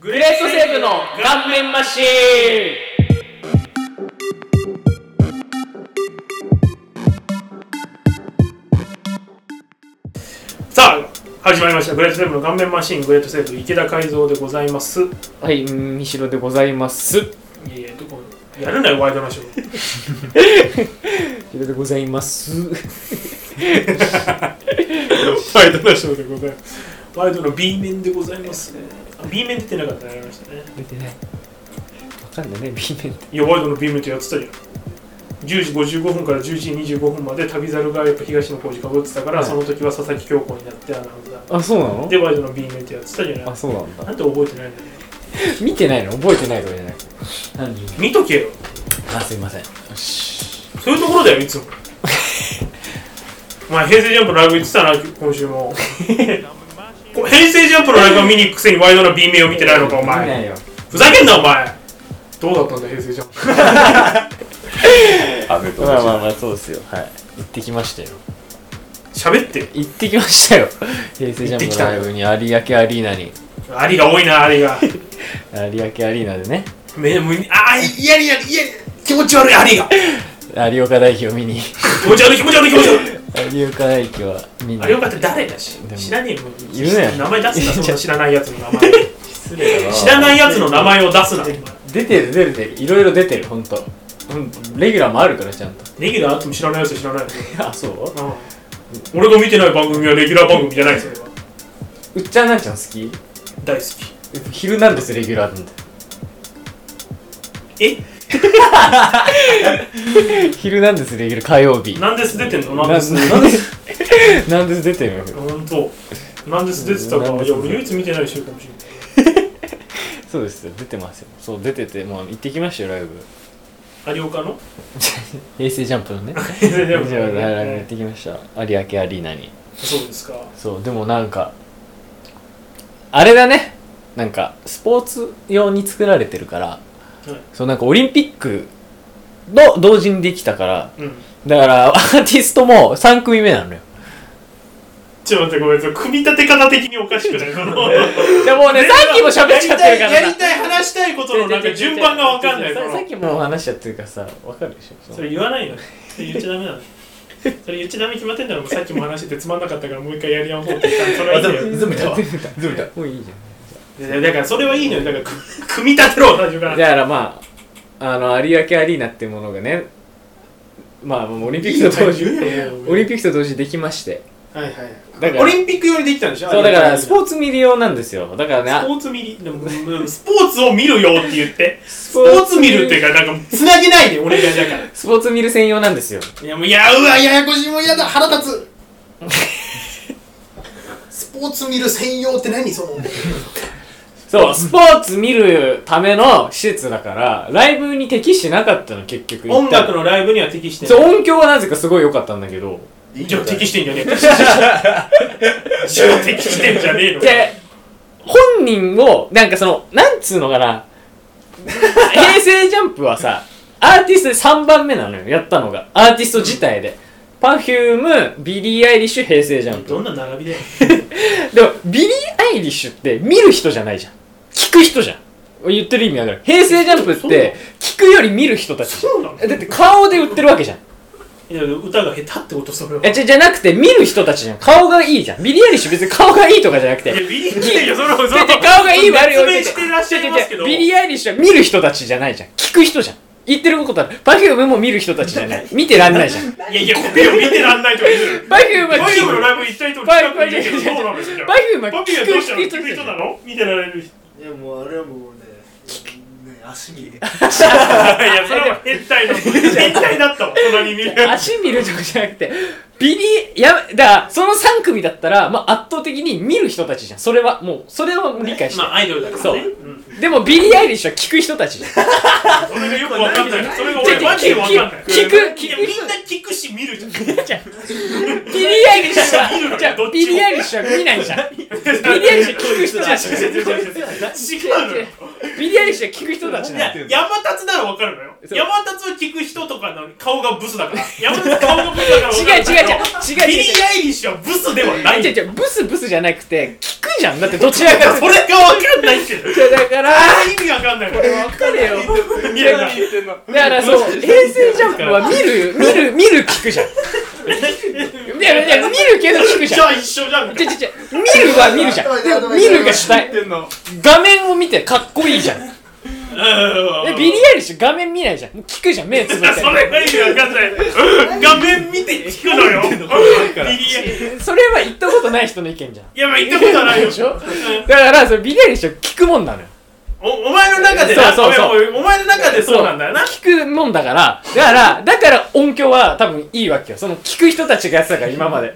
グレートセーブの顔面マシーさあ始まりましたグレートセーブの顔面マシングレートセーブ池田海蔵でございますいンはい、三代でございます。三やいやどこやるなよワイドナショ ー代でございます。ワイドナショーでございますワイドの B 面でございますねあ B 面出てなかったねありましたね出てない。わかんないね、B 面って。いやワイドの B 面ってやってたじゃん10時55分から11時25分まで旅猿がやっぱ東野浩二かぶってたから、はいその時は佐々木京子になってアナウンサあ、そうなのーでワイドの B 面ってやってたじゃないあ、そうなんだ。なんて覚えてないんだよ見てないの覚えてないとかじゃなくて。何見とけよあ、すいません。そういうところだよい つもお前平成ジャンプのライブ行ってたな今週も こう平成ジャンプのライブを見に行くくせにワイドな B 面を見てないのかお見ない前よ。ふざけんなお前どうだったんだ平成ジャンプアメとまあまあかまあ、そうですよ。はい。行ってきましたよ。喋って行ってきましたよ。平成ジャンプのライブに有明アリーナに。アリが多いなアリ が有明アリーナでね。めもうあー嫌になる嫌に気持ち悪いアリが有岡大輝を見に。気持ち悪い気持ち悪い気持ち悪い 有岡大輝は見に。アリオカって誰だしでも知らねえよもういるね名前出すなそんな知らないやつの名 前失礼だな知らないやつの名前を出すなお前出てる出る出るいろいろ出てるほんとほんとレギュラーもあるからちゃんとレギュラーあっても知らないやつは知らないやつあそうん俺が見てない番組はレギュラー番組じゃないそれはううっちゃんなんちゃん好き大好ヒルナンデスレギュラーなんだ きえヒルナンデスレギュラー火曜日なんです出てんのななんですなんで なんで出てるの本当なんです出てたかうんいや俺唯一見てない週かもしれないそうですよ出てますよそう出ててもう行ってきましたよライブ有岡 の平成ジャンプのねで平成も ジャンプのライブ行ってきました有明アリーナにそうですかそうでもなんかあれだねなんかスポーツ用に作られてるから、そうなんかオリンピックの同時にできたからうんだからアーティストも3組目なのよちょっと待ってごめんそれ組み立て方的におかしくないそ のじゃもうねさっきも喋っちゃってるからやりたい話したいことのなんか順番がわかんないさそのさっきもう話しちゃってるからさわかるでしょそれ言わないのそれ言っちゃダメなのそれ言っちゃダメ決まってんだろもうさっきも話しててつまんなかったからもう一回やりやんほうって言ったのそれはいいんだよ全部見たわ全部見た全部見もういいじゃいやだからそれはいいのよだからく組み立てろ最初かんらだからまああの有明アリーナっていうものがねまあもうオリンピックと同時いいよ言うよオリンピックと同時にできましてはいはいだからオリンピック用にできたんでしょそうだからスポーツーツ見る用なんですよだからねスあポーツ見りでもうんスポーツを見るよって言ってススポーツ見るっていうかなんかつなげないで俺がだからスポーツ見る専用なんですよいやもういやうわややこしいもう嫌だ腹立つ スポーツ見る専用って何そのそう、スポーツ見るための施設だから、ライブに適してなかったの、結局。音楽の。のライブには適してそう、音響はなぜかすごい良かったんだけど。 じゃあ適してんじゃねえかじゃあ適してんじゃねえのかで、本人を、なんかその、なんつうのかな、平成ジャンプはさ、アーティストで3番目なのよ、やったのが。アーティスト自体で。パフューム、ビリー・アイリッシュ、平成ジャンプ。どんな並びででも、ビリー・アイリッシュって見る人じゃないじゃん。聞く人じゃん。言ってる意味わかる。平成ジャンプっそうなのて、聞くより見る人たちじゃん。そうなのだって顔で売ってるわけじゃん。いや歌が下手ってことそれはえ、じゃ、じゃなくて、見る人たちじゃん。顔がいいじゃん。ビリヤリッシュ別に顔がいいとかじゃなくて。いでやビリいやそのその顔がいい悪い置い説明してらっしゃいますけどビリーアイリッシュは見る人たちじゃないじゃん。聞く人じゃん。言ってることは、パフュームも見る人たちじゃない。見てらんないじゃん。いやいやコピーを見てらんないとか言うパフュームはバイ聞オのく。ライブ行ったりとか近くにいるけどどうなのですパフュームはバビ聞はくどうしたの聞聞くく人人なだの見てられる人いやもうあれはもうねね足見るいやそれは変態の変態だったわ隣にいる足見るとかじゃなくて、ビリー、や、だから、その3組だったら、まあ、圧倒的に見る人たちじゃん。それは、もう、それを理解して。まあアイドルだからねそうんでも、ビリーアイリッシュは聞く人たちじゃん。それがよくわかんないそれがちょ俺ちょマジでわかんない聞く聞くいやみんな聞くし見るじゃんビリーアイリッシュは、じゃあどっちもビリーアイリッシュは見ないじゃん。ビリーアイリッシュは聞く人たちじゃん。違うのよビリーアイリッシュは聞く人たちいなやんだよ。山立ならわかるのよそう山立を聞く人とかなのに顔がブスだから山立顔がブスだからわかるんだけど違う違う違う違う違うビリー・アイリッシュはブスではない違う違う、ブスブスじゃなくて、聞くじゃん。だってどちらかそれがわかんないっていやだから、意味わかんないこ俺わかるよ。いやいや言ってんのだからそう、平成ジャンプは見る、見る、見る聞 くじゃん。いやいや、見るけど聞くじじゃゃん。あ一緒じゃんちょちょちょ、見るは見るじゃん。でも見るが主言っ体。てんの画面を見てかっこいいじゃん。でうんビリーアイリッシュ画面見ないじゃん。もう聞くじゃん、目つぶっ そて。れが意味わかんない 画面見て聞くのよビリー・アイリッシュそれは言ったことない人の意見じゃん。いやまあ言ったことはないよでしょだから、そのビリーアイリッシュは聞くもんなのよ。おお前の中でなそうそうごそうめんごめんお前の中でそうなんだよな聞くもんだから、だから、だから音響は多分いいわけよ。その聞く人たちがやってたから、今まで。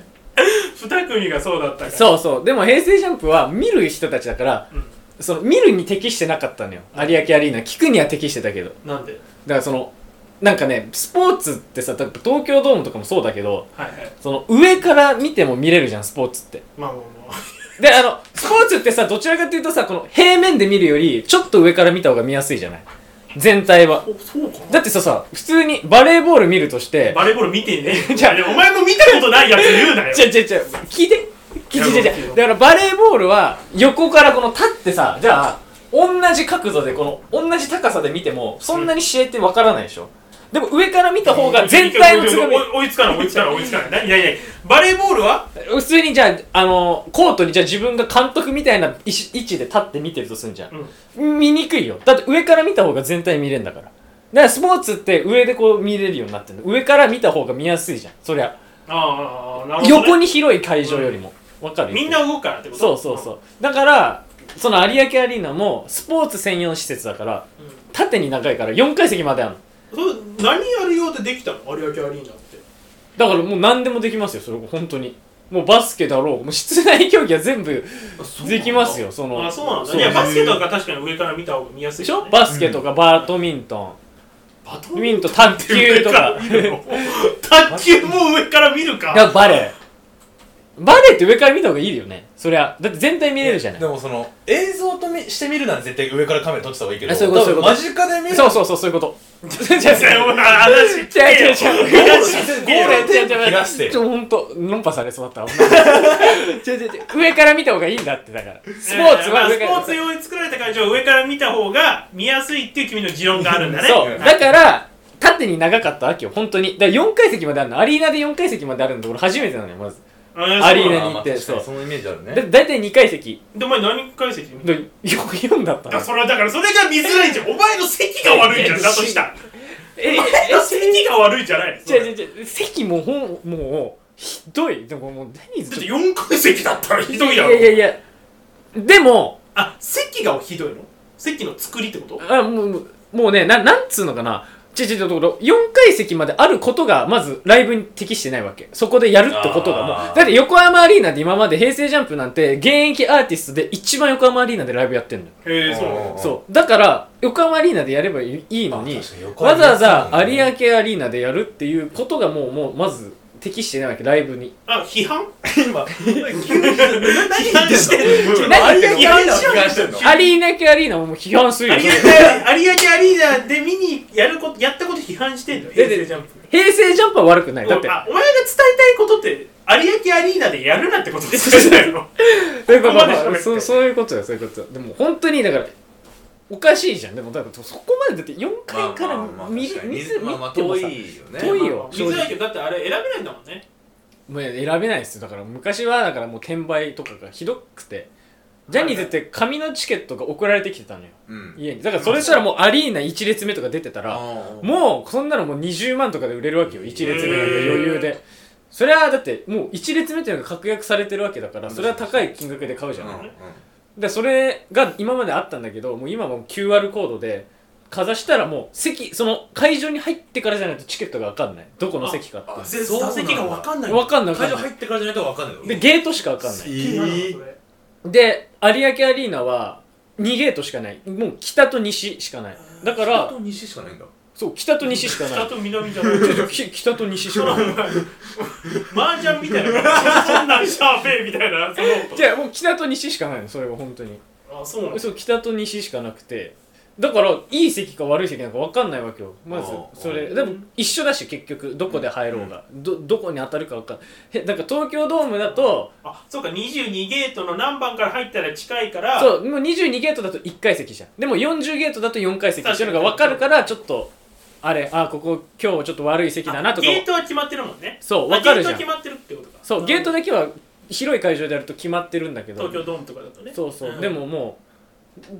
二組がそうだったからそうそう。でも平成ジャンプは見る人たちだから、うんその見るに適してなかったのよ。有明アリーナ。聞くには適してたけど。だなんでからその、なんかね、スポーツってさ、多分東京ドームとかもそうだけど、はいはいその上から見ても見れるじゃん、スポーツって。まあまあまあで、あの、スポーツってさ、どちらかというとさ、この平面で見るより、ちょっと上から見た方が見やすいじゃない全体は。お そうかなだってささ、普通にバレーボール見るとして、バレーボール見てねえよじゃあいやお前も見たことないやつ言うなよ違う違う違う聞いて聞いて違う違ういやだからバレーボールは横からこの立ってさじゃあ同じ角度でこの同じ高さで見てもそんなに試合ってわからないでしょ、でも上から見た方が全体のつがみ追い追いつかない追いつかない追いつかない何何何バレーボールは普通にじゃああのコートにじゃあ自分が監督みたいな位置位置で立って見てるとすんじゃん、見にくいよだって上から見た方が全体見れるんだからだからスポーツって上でこう見れるようになってるの上から見た方が見やすいじゃんそりゃああなるほどね、横に広い会場よりもわかるみんな動くからってことそうそうそうだからその有明アリーナもスポーツ専用施設だからうん、うん縦に長いから4階席まであるのそれ何やるようでできたの有明アリーナってだからもう何でもできますよそれ本当にもうバスケだろうもう室内競技は全部できますよそのあそうなんだそいうやバスケとか確かに上から見た方が見やすいでしよょねバスケとかバドミントバトンミントン卓球とか 上ら見るの卓球も上から見るかいやバレーバレーって上から見た方がいいよねそりゃだって全体見れるじゃないでもその映像とみして見るなら絶対上からカメラ撮ってた方がいいけどあそういうこと多分そういう間近で見るそうそうそうそういうこと違う違ういやお前話聞けよ違う違う違うゴール違う違う違う切らしてちょほんと論破されそうだったわ 違う違う違う上から見た方がいいんだってだからスポーツは上えーかまあらスポーツ用に作られた会場は上から見た方が見やすいっていう君の持論があるんだねそうはいだから縦に長かったわけよ本当にだから4階席まであるのアリーナで4階席まであるの俺初めてなのよまずうんアリそうなーナにの行ってまあ確かにそうそのイメージあるだね大体2階席でお前何解析の4だったのあそれはだからそれが見づらいじゃんお前の席が悪いじゃんだとしたらええお前の席が悪いじゃないのそ違うれ違う違う席もほんもうひどいでももう何だっずてっ4階席だったらひどいといややろいやいやでもあ席がひどいの席の作りってことあもうもうもうねななんつうのかなちちちょ4階席まであることがまずライブに適してないわけそこでやるってことがもあうーだって横浜アリーナで今まで平成ジャンプなんて現役アーティストで一番横浜アリーナでライブやってんのよへえあーそうなのそうだから横浜アリーナでやればいいのにあ確かに横わ浜ざわざそう有ね明アリーナでやるっていうことがもうもうまず適してないわけライブにあ批判今何言ってんのしてんの何何批判してんの批判してんのアリーナ系アリーナももう批判する有よ明それ有明アリーナで見にやることやったこと批判してんの平成ジャンプ平成ジャンプは悪くないだってあお前が伝えたいことって有明アリーナでやるなってことですよねそういうことそこまで喋ってそうそういうことだよそういうことだでも本当にだからおかしいじゃんでもだからそこまでだって4階から見る見ず見てまあまあも遠さいよね遠いよ見づらいけどだってあれ選べないんだもんねもう選べないですよだから昔はだからもう転売とかがひどくてジャニーズって紙のチケットが送られてきてたのようん家にだからそれしたらもうアリーナ1列目とか出てたらももうそんなのもう20万とかで売れるわけよ1列目なんて余裕へでそれはだってもう1列目っていうのが確約されてるわけだからそれは高い金額で買うじゃない、でそれが今まであったんだけどもう今はもう QR コードでかざしたらもう席その会場に入ってからじゃないとチケットが分かんないどこの席かあ全座席が分か んない分かんない会分場かんな入ってからじゃないと分かんないいでゲートしか分かんないえで有明アリーナは2ゲートしかないもう北と西しかないだか北らと西しかないんだそう北と西しかな北いと南じゃないき北と西しそのかない マージャンみたいな感じそんなんシャーペイみたいなその じゃあもう北と西しかないのそれは本当にあああそうなんだそう北と西しかなくてだからいい席か悪い席なんか分かんないわけよまずああそれんでも一緒だし結局どこで入ろうが、どどこに当たるか分かんないなんか東京ドームだとあそうか22ゲートの何番から入ったら近いからそうもう22ゲートだと1階席じゃんでも40ゲートだと4階席っていうのが分かるからちょっとあれあここ今日ちょっと悪い席だなとかあゲートは決まってるもんねそうあわかるじゃんゲートは決まってるってことかそうゲートでだけは広い会場でやると決まってるんだけど東京ドームとかだとねそうそう、んでももう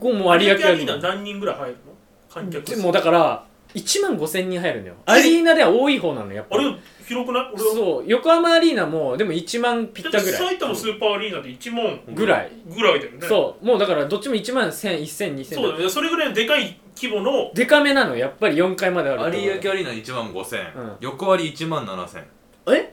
5もア割リりアキ当てあアるリーのナ何人ぐらい入るの観客で数もだから1万5000人入るのよあアれリーナでは多い方なのやっぱありれ広くない俺はそう横浜アリーナもでも1万ぴっだたってぐらい埼玉スーパーアリーナで1万ぐらいぐらいだよねそうもうだからどっちも1万100010002000そうだよねそれぐらいのでかい規模のでかめなのやっぱり4階まである有明アリーとこナ1万5000、うん横割り1万7000ろえ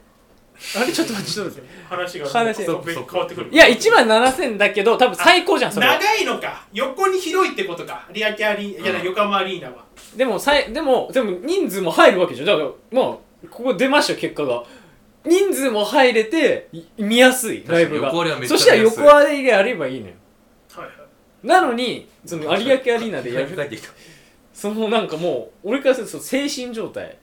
あれちょっと待ってちょっと待っ話が話そう変わってくるていや1万7000だけど多分最高じゃんそれは長いのか横に広いってことかアリアキアリーナいやうん横浜アリーナはでもさいでもでも人数も入るわけでしょだからもうここ出ましたよ結果が人数も入れてい見やすいライブが確かに横割りはめっちゃそしたら見やすい横割りでやればいいのよはいはいなのにその有明アリーナでや帰るってきたそのなんかもう俺からすると精神状 態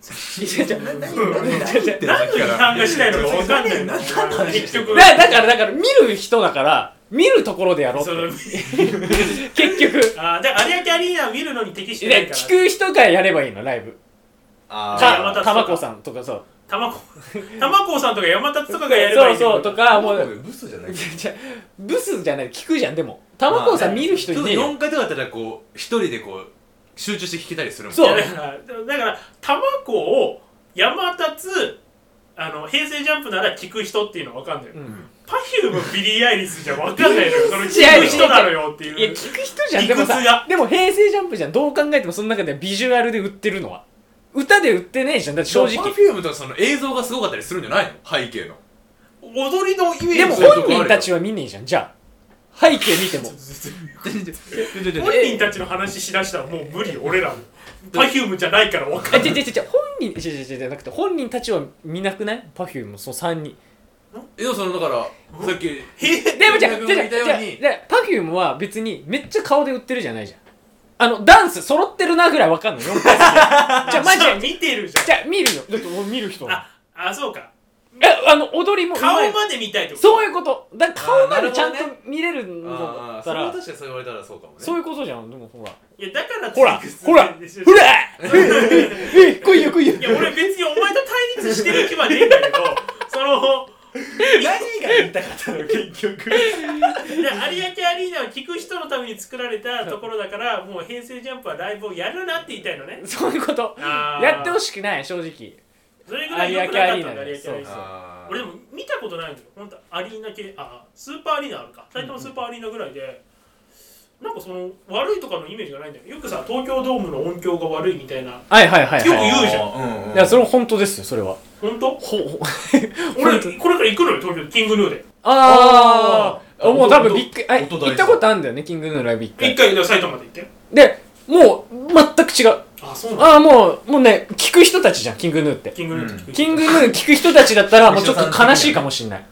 違う違うな何うん違う何違う何の批判がしたいのか分かんない何何の話結局 だだからだから見る人だから見るところでやろうっそての結局あーだから有明アリーナを見るのに適 してないでから聞く人がやればいいのライブあかた山田たまこさんとかそうたまこたまこさんとか山立とかがやればいいうっそてこそうとかもうブスじゃないじゃブスじゃない聞くじゃんでもたまこさん見る人いねえよ4回とかだったらこう一人でこう集中して弾けたりするもんそういやだからだからたまこを山立あの平成ジャンプなら聞く人っていうのは分かんない、うんパフュームビリー・アイリスじゃ分かんないのよそのリーア聞イくリス人なのよっていやいう聞く人じゃん理で屈もがさでも平成ジャンプじゃんどう考えてもその中ではビジュアルで売ってるのは歌で売ってねえじゃんだって正正直直 Perfume とかその映像がすごかったりするんじゃないの背景の踊りのイメでーもジ本人たちは見ねえじゃんじゃあ背景見ても本人たちの話しだしたらもう無理俺らもパフュームじゃないから分かんあない違う違う違う本人違う違う違うじゃなくて本人たちは見なくない Perfume もその3人えでもそのだからさっきでもじゃあ君じが言ゃあっじたゃよあうにじゃあ Perfume は別にめっちゃ顔で売ってるじゃないじゃんあのダンス揃ってるなぐらいわかんのよじゃあマジじゃあ で見てるじゃんじゃあ見るよだって俺見る人ああそうかえあの踊りもうま顔いまで見たいってことそういうことだ顔までちゃんあーなるほどと見れるんだああったそれらは確かにそう言われたらそうかもねそういうことじゃんでもほらいやだからほらついついほらでしょほらえ来いよ来いよいや俺別にお前と対立してる気はねえんだけどその何が言いたかったの結局いや有明アリーナは聞く人のために作られたところだからもう平成ジャンプはライブをやるなって言いたいのねそういうことあーやってほしくない正直それぐらい良くなかったんだ有明ア有明アリリーナーナであ俺でも見たことないんだよ本当アリーナ系あスーパーアリーナあるか埼玉スーパーアリーナぐらいで、なんかその悪いとかのイメージがないんだよよくさ東京ドームの音響が悪いみたいなはいはいはいよくはい言うじゃんん、うんうん、いやそれは本当ですよそれは本当ほほ 俺本当これから行くのよ東京キングヌーでああーあもう多分ビッグあ音大事行ったことあるんだよねキングヌーライブ一一回回埼玉で行ってでもう全く違うあそうなんだああもうもうね聞く人たちじゃんキングヌーってキングヌーって聞くキングヌー聞く人たちだったらもうちょっと悲しいかもしんない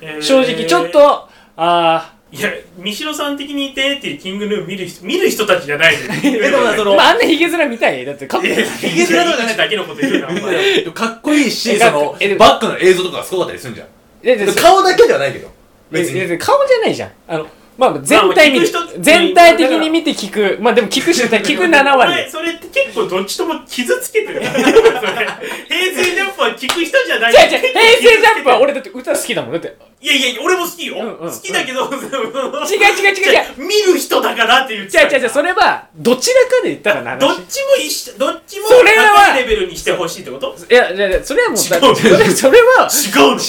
えー正直ちょっとあいや三代さん的にいてっていうキングヌー見る人見る人たちじゃないのよ えで もそーのまああんなヒゲ面見たいだってかっこいいヒゲ面じゃないだけのこと言うなお前かっこいいしえそのえでもバックの映像とかがすごかったりするんじゃんいやいや顔だけではないけど別いやいにや顔じゃないじゃんあのまあ全体見るまあまあ聞く人全体的に見て聞くまあでも聞く人聞く 7お割前それって結構どっちとも傷つけ てるそれ平成ジャンプは聞く人じゃない違う違う平成ジャンプは俺だって歌好きだもんだっていやいや俺も好きよ、うんうん好きだけど、その違う違う違う違う じゃあ見る人だからって言っ違う違う違うそれはどちらかで言ったらなどっ話ちも一緒どっちもそれは高いレベルにしてほしいってこといやいやいやそれはもうだ違うそれ それは違うの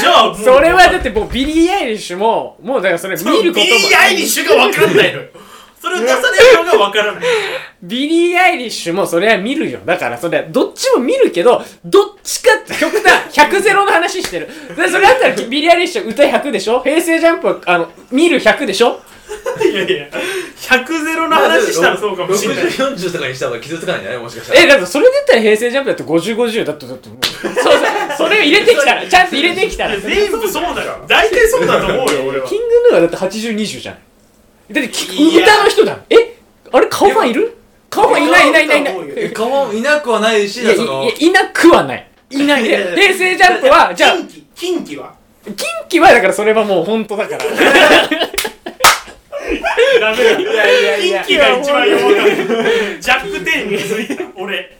じゃあもうそれはだってもうビリー・アイリッシュももうだからそれ見ることもビリー・アイリッシュが分かんないのよそれを出されるのが分からないビリー・アイリッシュもそれは見るよ。だからそれはどっちも見るけど、どっちかって極端、100ゼロの話してる。でそれだったらビリー・アイリッシュは歌100でしょ平成ジャンプはあの見る100でしょいやいや100ゼロの話したらそうかもしれない6040とかにした方が傷つかないんじゃないもしかしたらえ、だってそれで言ったら平成ジャンプだって50、50だって、だってもう。そうそう、それを入れてきたらちゃんと入れてきたら全部そうだよ大体そうだと思うよ俺はキングヌーはだって80、20じゃないだってきいや歌の人だえあれ顔ファンいる顔ファンいないいないいないいないえ顔もいなくはないしいやいそのやいなくはないいないやいやで平成ジャンプはじゃあ近畿近畿は近畿はだからそれはもう本当だから ダメだいやいやいや近畿が一番弱かったジャックテンに続いた俺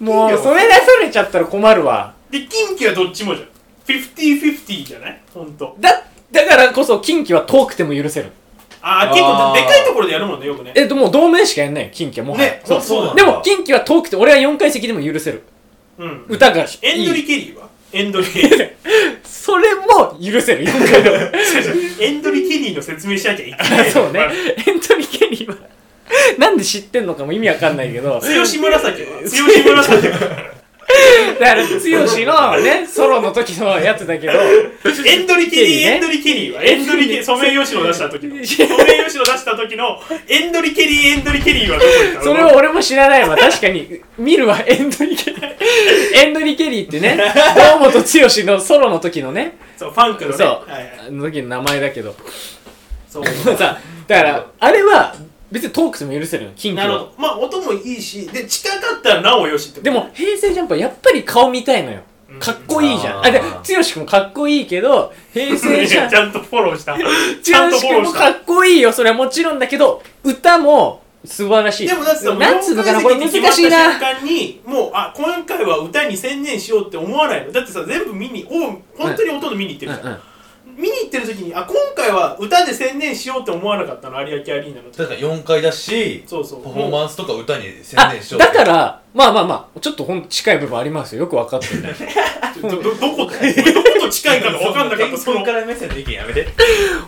もうそれ出されちゃったら困るわで近畿はどっちもじゃん50-50じゃない本当。だだからこそ近畿は遠くても許せるあああー結構でかいところでやるもんねよくねえっともう同盟しかやんないよ近畿はもはや、ねそうそうなんでも近畿は遠くて俺は4階席でも許せるうん歌がいいエンドリケリーはエンドリケリーそれも許せる4階でも エンドリケリーの説明しなきゃいけない そうね。エントリーケリーは、 なんで知ってんのかも意味わかんないけど、だ強し紫は強し紫 はから、剛の ね、ソロの時のやつだけど、エンドリケリー、ねエンドリケリーは、エンドリケリー、ソメイヨシノ出した時の、ソメイヨシノ出した時の、エンドリケリー、エンドリケリーはどこ行ったのそれを俺も知らないわ。確かに、見るわ、エントリーケ リー。エントリーケリーってね、堂本剛のソロの時のね、そう、ファンクのね。そうはいはいあの時の名前だけど。 そう。さ、だから、あれは、別に遠くても許せるの、近な畿るほは。ど。まあ、音もいいし、で、近かったらなおよしってことで、も、平成ジャンプはやっぱり顔見たいのよ。うんかっこいいじゃ。うんんあ、で、剛くんかっこいいけど、平成ジちャゃンんちプゃんとフォローした。ちゃんと剛フォロー君もしかた。っこいいよそれはもちろんだけど歌も素晴らしいでも、だってさ、なんつうのかなこれ難しい瞬な間に、もう、あ、今回は歌に専念しようって思わないの。だってさ、全部見に、おう本当にほとんど見に行ってうんるうじゃん。ん見に行ってる時に、あ、今回は歌で専念しようって思わなかったの、有明アリーナの確時。か4回だしそうそう。パフォーマンスとか歌に専あ念しようだからまあまあまあちょっとほんと近い部分ありますよよく分かってるど、ど、どこ、どこと近いかが分かんな かった、そその。のはいから目線の意見やめて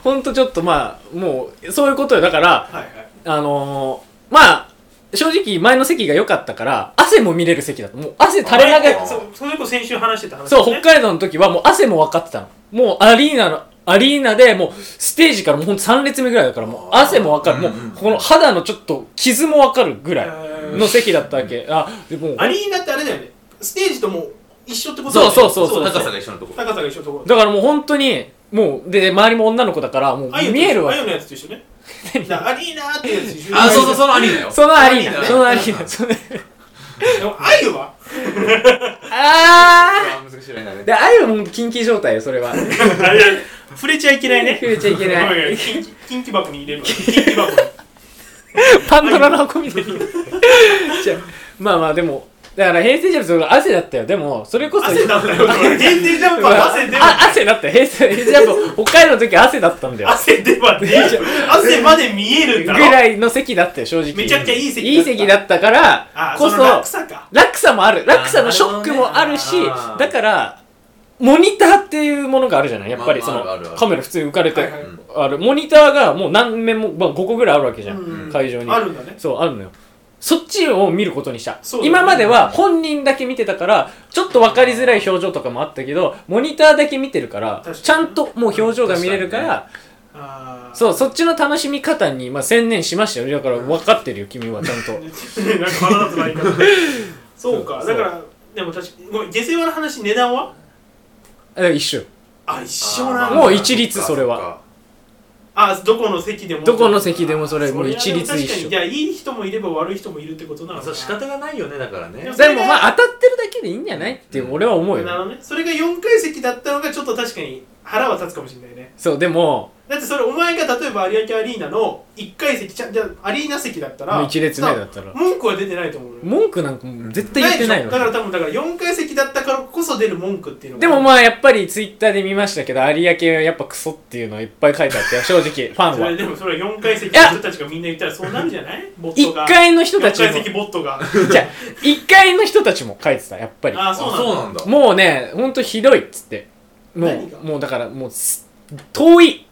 ほんとちょっとまあもうそういうことよだからはい。あのー、まあ正直前の席が良かったから汗も見れる席だともう汗垂れ流あれそう、それこそ先週話してた話だそうね。北海道の時はもう汗も分かってたのもうアリーナのアリーナでもうステージからもうほんと3列目ぐらいだからもう汗も分かる、うんもうこの肌のちょっと傷も分かるぐらい、えーの席だったわけ。あ、でも、アだリーナってあれだよね。ステージともう一緒ってことだよねそうそうそうそう高さが一緒のとこ高さが一緒ってことからもう本当に、もう、で、周りも女の子だから、もうあゆと一緒見えるわあ。ゆのやつと一緒 ね。だからアリーナってやつと一緒あそうそうそのアリーナよそのアリーナ、そそののアアリリーーナ、ナその、でもあゆはああ難しいなーで、あゆはもう緊急状態よ、それは。あれだよ触れちゃいけないね。触れちゃいけないごめんごめん近畿近畿箱に入れるわ。近畿箱に。パンドラの箱みたいに。 じゃあまあまあ、でも、だから平成ジャンプの汗だったよ。でも、それこそ。汗なんだよ。限定ジャンプまあは汗であは。汗だったよ。平成平成ジャンプ、北海道の時は汗だったんだよ。汗ではね。汗まで見えるんぐだろ。らいの席だったよ、正直。めちゃくちゃいい席だったいい席だったからあ、、こそそ、の落差か。落差もある落差のショックもあるしなるほどねあーだからモニターっていうものがあるじゃないやっぱりまそあまあのあるあるあるカメラ普通に浮かれてはいはいうんあるモニターがもう何面も、まあ、5個ぐらいあるわけじゃん、うん会場にあるんだね。そうあるのよそっちを見ることにした、そうだね今までは本人だけ見てたからちょっと分かりづらい表情とかもあったけどモニターだけ見てるから確かにちゃんともう表情が見れるから確あーそうそっちの楽しみ方に、まあ、専念しましたよだから分かってるよ君はちゃん となんか腹立つないから。そうか、そだうから、でも確かに、ごめん下世話の話、値段はあ一緒あ、一緒なあーんもだ。う一律それはあ、どこの席でも。どこの席でもそれもう一律それはでも確か一緒にじゃあ、いい人もいれば悪い人もいるってことなのかな。がないよねだからねでもでもまあ当たってるだけでいいんじゃないって俺は思うなよるほどね。それが4階席だったのが、ちょっと確かに腹は立つかもしれないね。そうでもだってそれ、お前が例えば有明アリーナの1階席、ちゃんじゃあアリーナ席だったもら、う一列目だったら文句は出てないと思うのよ。文句なんかもう絶対言ってないでしょだからの多分、だから4階席だったからこそ出る文句っていうのがでもまあやっぱりツイッターで見ましたけど有明はやっぱクソっていうのはいっぱい書いてあったよ正直ファンそれはでもそれは4階席の人たちがみんな言ったらそうなんじゃないボット1が階の人たち4も階席ボットが じゃあ1階の人たちも書いてたやっぱりあああそうそうなんだなんだもうねほんとひどいっつっても何がうもうだからもうす遠い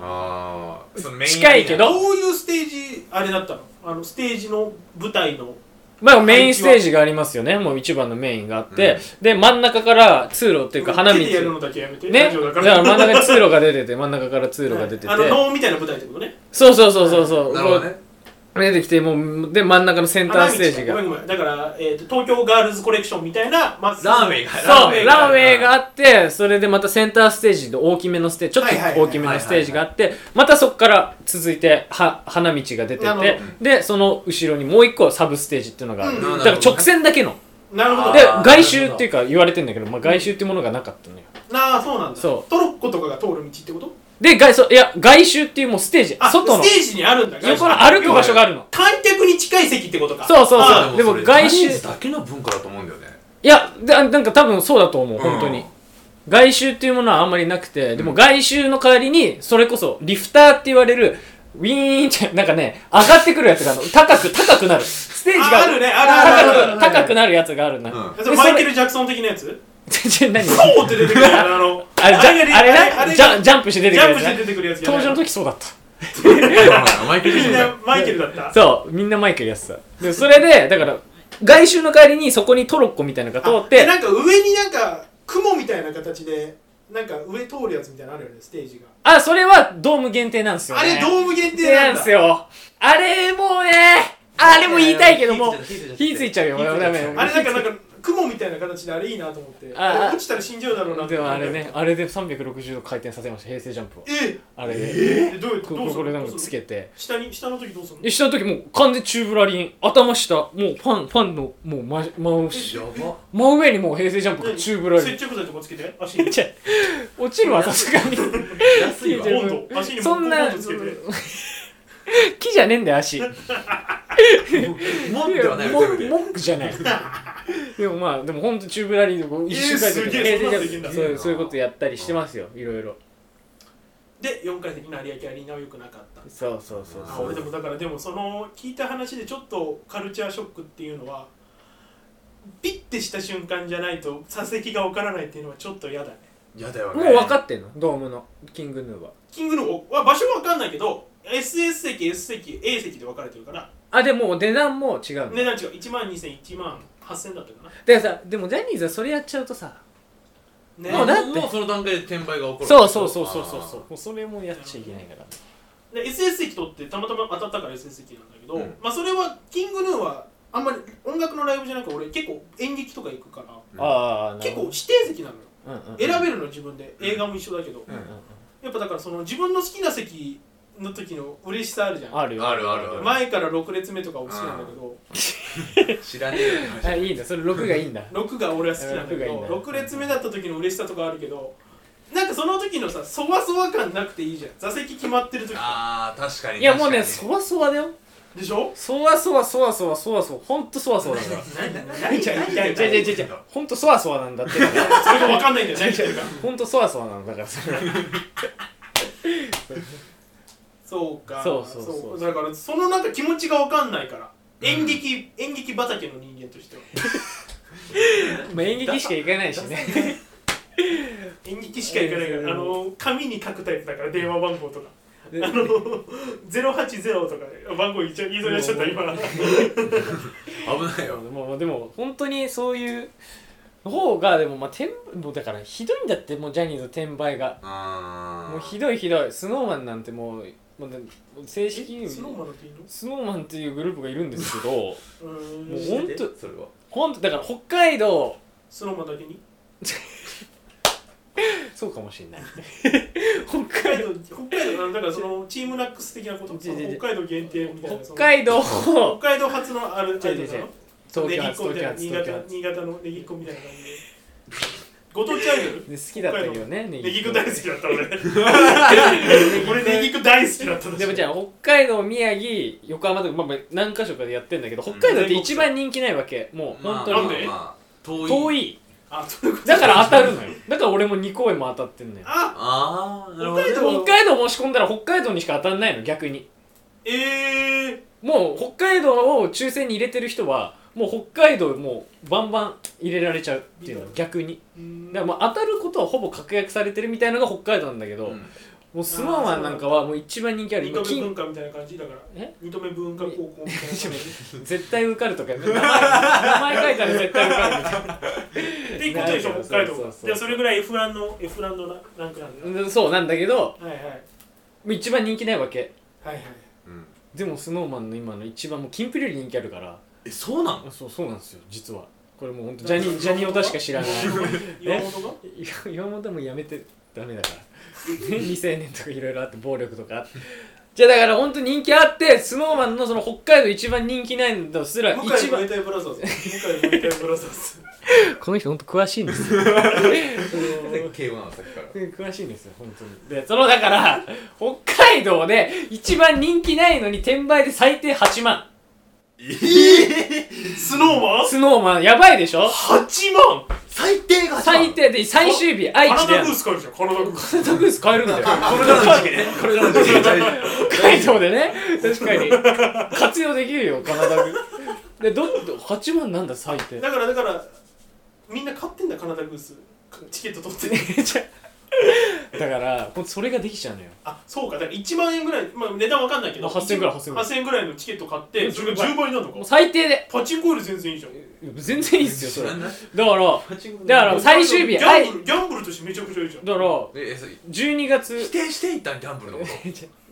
ああーそのメイン近いけどーどういうステージあれだったのあのステージの舞台のまあメインステージがありますよねもう一番のメインがあって、で真ん中から通路っていうか花道手でやるのだけやめてね、ラだジオだかからら真ん中に通路が出てて真ん中から通路が出てて、あの能みたいな舞台ってことねそうそうそうそうそう、なるほどね出てきてもうで真ん中のセンターステージがごめんごめんだから、えーと東京ガールズコレクションみたいな、まずラーメンがそうメンラがンウェイがあってそれでまたセンターステージの大きめのステージちょっはいはいはいと大きめのステージがあってまたそこから続いては花道が出てなるてでその後ろにもう一個サブステージっていうのがあるうんだなからるほどね直線だけのなるほどでであー外周っていうか言われてんだけど、まあ、外周っていうものがなかったのよなあそうなんだそうトロッコとかが通る道ってことで外そういや外周っていうもうステージあ外のステージにあるんだ横の歩く場所があるの観客に近い席ってことかそうそうそうあでも外周ジャニーズだけの文化だと思うんだ よねいやだなんか多分そうだと思う本当に、うん外周っていうものはあんまりなくてでも外周の代わりにそれこそリフターって言われるウィーンってなんかね上がってくるやつがあるの高く高くなるステージがああるねあるあるあるあ高るく高くなるやつがあるな、うんでそれ マイケルル・ジャクソン的なやつ何ポーって出てくるやつあのあれじゃあれあれねジャジャンプして出てジくャるンプしてやつ出ねてくるやつじゃな登い場の時そうだったマイケル・ジみャんクソンなマイケルだったそうみんなマイケルやってたでそれでだから外周の代わりにそこにトロッコみたいなのが通っあでてなんか上になんか雲みたいな形でなんか上通るやつみたいなのあるよねステージがあそれはドーム限定なんですよ、ね、あれドーム限定ななんんでだすよ。あれもうね、あれも言いたいけども、火ついちゃうよ、火ついちゃうダメ。あれなんかなんか雲みたいな形であれいいなと思ってああ落ちたら死んじゃうだろうなってでもあれね、あれで360度回転させました、平成ジャンプを。えあれで、えどうやってこどうすこれるなんどかうつするけて。下に下の時どうするので下の時もう完全チューブラリン、頭下、もうファン、ファンの、もう真真後やば真上にもう平成ジャンプが何チューブラリ接ン。着剤とかつけて足 にちゃ落ちるわ、さすがに。安 いわボンド足にもそボんンなドつけて 木じゃねえんだよ、足。もんではないも全部で文句じゃない でもまあでも本当チューブラリーでこう一周回えー転すげえそんなのできんだそういうそういうことやったりしてますよいろいろで4階席の有明アリーナは良くなかったそうそうそうあ俺でもだからでもその聞いた話でちょっとカルチャーショックっていうのはピッてした瞬間じゃないと座席が分からないっていうのはちょっと嫌だねやだよもねう分かってんのドームのキングヌーはキングヌーは場所は分かんないけど SS 席 S 席 A 席で分かれてるからあでも値段も違うの値段違う1万2000、1万8000だったかなでさでもジャニーズはそれやっちゃうとさねもうだもうその段階で転売が起こるそうそうそうそうそうそうもうそれもやっちゃいけないからで SS 席取ってたまたま当たったから SS 席なんだけど、うんまあそれはキングヌーはあんまり音楽のライブじゃなく俺結構演劇とか行くからうんああ結構指定席なのよ選べるの自分で映画も一緒だけど、うんやっぱだからその自分の好きな席の時の嬉しさあるじゃんあるよあるあるある前から6列目とか俺好きなんだけど、知らねえよあいいんだそれ6がいいん だ6が俺は好きなんだけうん六がいいどんだ6列目だった時の嬉しさとかあるけどなんかその時のさそわそわ感なくていいじゃん座席決まってる時あー確かにいやもうね確かそわそわだよでしょそわそわそわそわそわそわほんとそわそわだから何何何違う何違う何違う違う違うほんとそわそわなん だってそれが分かんないんだよ何言ってるかほんとそわそわなんだからそれそうかそうそうそうだからそのなんか気持ちが分かんないから演劇、演劇畑の人間としてはまあ演劇しか行かないしね 演劇しか行かないからあの紙に書くタイプだから電話番号とか であの080とか番号言っちゃ言いそうになっちゃった今に危ないよまあまあでも本当にそういう方がでもまあ転もうだからひどいんだってもうジャニーズの転売があーもうひどいひどいスノーマンなんてもうもうね正式にスノーマンのっていいスノーマンっていうグループがいるんですけど ものうーんう本当それは本当だから北海道スノーマンだけにそうかもしれない北北海海道道北海道あのだからそのチームナックス的なことちょちょちょ北海道限定みたいなそ北の海道 北海道初のあるちょちょちょ東ネギ京っ発子みた東い京な新発東京潟発新潟のネギっ子みたいな感じでご当地アイドルで好きだったけどねネネギっ子大好きだった 俺俺ネギっ子大好きだったでもじゃあ北海道宮城横浜とか、まあまあ、何箇所かでやってんだけど北海道って一番人気ないわけもう本当なんにでまあ遠い遠いあそういうことだから当たるのよだから俺も2公演も当たってんのよあああなるほどね北海で道も北海道申し込んだら北海道にしか当たんないの逆にえーもう北海道を抽選に入れてる人はもう北海道もうバンバン入れられちゃうっていうの逆にうーんだからもう当たることはほぼ確約されてるみたいのが北海道なんだけど、うんもうスノーマンなんかはもう一番人気ある認今め金文化みたいな感じだからえ認め文化高校みたいな感じ絶対受かるとか名前名前書いたら絶対受かるみたいなっていうことでしょない北海道そうそうはそうじゃあそれぐらい F1 の F1 のラランクなんだようんそうなんだけどはいはい一番人気ないわけはいはいうんでもスノーマンの今の一番もうキンプリより人気あるからえそうなのあそうそうなんですよ実はこれもう本当ジャニージャニオタしか知ら ない岩本がいや岩本もやめてダメだから 未成年とかいろいろあって暴力とかあってじゃあだから本当人気あってスノーマンのその北海道一番人気ないのとすら向一井マ番イタイブラザーズ向井マイタイブラザーズこの人本当詳しいんですよ敬語なのさっきから 詳しいんですよ本当にでそのだから北海道で一番人気ないのに転売で最低8万スノーマンスノーマンやばいでしょ ?8 万最低が最低で最終日愛カナ知でダやグるース買うじゃん、カナダグース。カナダグース買えるんだよこれからの時期ねこれからの時期大丈北海道でね確かに活用できるよカナダグでど8万なんだ最低だから、だから、みんな買ってんだ、カナダグース。チケット取 ってね。だからほんとそれができちゃうのよあ、そうか、だから1万円ぐらい、まあ値段わかんないけど、あ8000円ぐらい8000円ぐらい8000円ぐらいのチケット買って、それが10倍になるのもうか。最低でパチンコより全然いいじゃん。全然いいっすよそれ夫 だからだから最終ギ日ャン愛ブル、ギャンブルとしてめちゃくちゃいいじゃん。だからええそれ12否月定していったんギャンブルのこと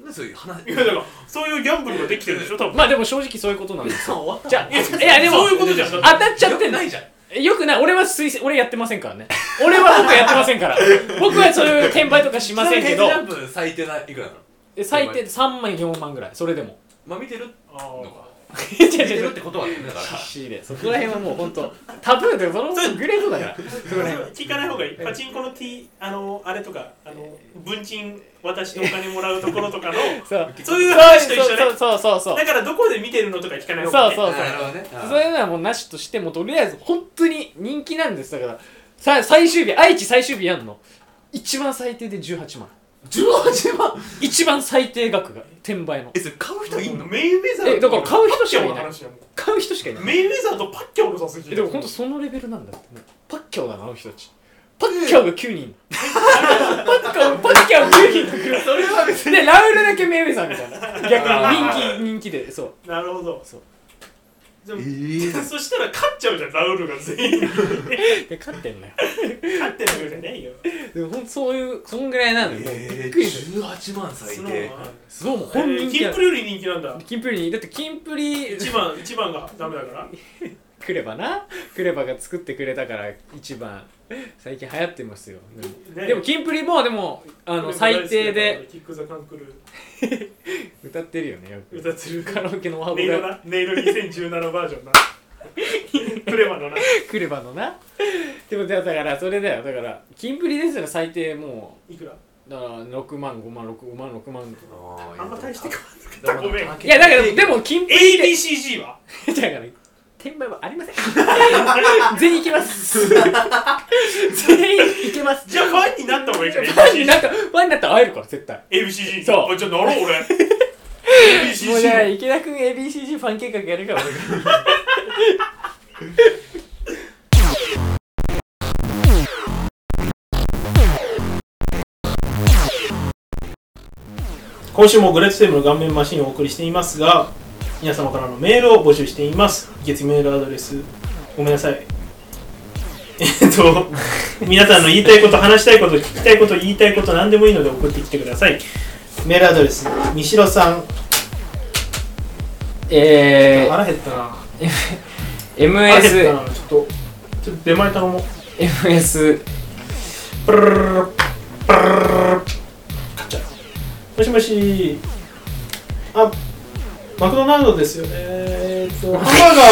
何そういう話いや、だから、そういうギャンブルができてるでしょ、多分。まあでも正直そういうことなんですよ終わったじゃあいやいやでもそういうことじゃん。だ当ってたっちゃってんのないじゃんよくない俺は推薦俺やってませんからね俺は僕はやってません から僕はそういう転売とかしませんけどジャンプ最低ないくらなのえ最低3万4万ぐらいそれで もまあ見てるあーのか違う違見てう違るうってことはねだから必死でそこら辺はもう本当タブーでそのグレードだから聞かない方がいい。パチンコの T、あの、あれとか、あの、文鎮、私のお金もらうところとかの、そうそういう話と一緒ね。そうそうそうそうそうだからどこで見てるのとか聞かないそう方がいい、ね。そうなるほどねそういうのはもうなしとしてもとりあえず本当に人気なんですだからさ最終日愛知最終日やんの一番最低で18万18万一番最低額が転売のえそれ買う人いんのメイウェザーえだから買う人しかいないパッキャオの話やもん買う人しかいないメイウェザーとパッキャオの差すぎえでも本当そのレベルなんだってねパッキャオだなあの人たちパッキャオが9人パッキャオパッキャオ9人と来るそれは別でラウルだけメイウェザーみたいな逆に人気人気でそうなるほどそうでも、に そしたら勝っちゃうじゃんラウルが全員勝で勝ってんのよってるわけじゃないよでもほんとそういうそんぐらいなのよ、もうびえっくりするー18万最スノ低ーマンすごいもうえ本人ー気キあンるプリより人気なんだキンプリにだってキンプリ一番一番がダメだからクレバなクレバが作ってくれたから一番最近流行ってますよでも,、ねでもキンプリもでもあの最低でキック・ザ・カンクル歌ってるよねよく歌ってるカラオケのワー音ゴ色がな音色2017バージョンなクレバ のなクレバのな でもだからそれだよだからキンプリですら最低もいくらうだから6万5万6万6万とかあんま大して変わだんなかったごめんいやだからでもキンプリで ABCG は だから転売はありません 全員いけます 全員いけますじゃあファンになった方がいいじゃんファンになったファンになったら会えるから絶対 ABCG そうあじゃあなろう 俺もうじゃあ ABCG 池田君 ABCG ファン計画やるから俺今週もグレートセーブの顔面マシンをお送りしていますが皆様からのメールを募集しています月メールアドレスごめんなさいえっと皆さんの言いたいこと話したいこと聞きたいこと言いたいこと何でもいいので送ってきてくださいメールアドレスみしろさんえ 腹減ったなー、腹減 MS ったなちょっとちょっと出前頼もう MS プルルルルルプルルルルル買っちゃうもしもしあマクドナルドですよねえーっとハンバーガー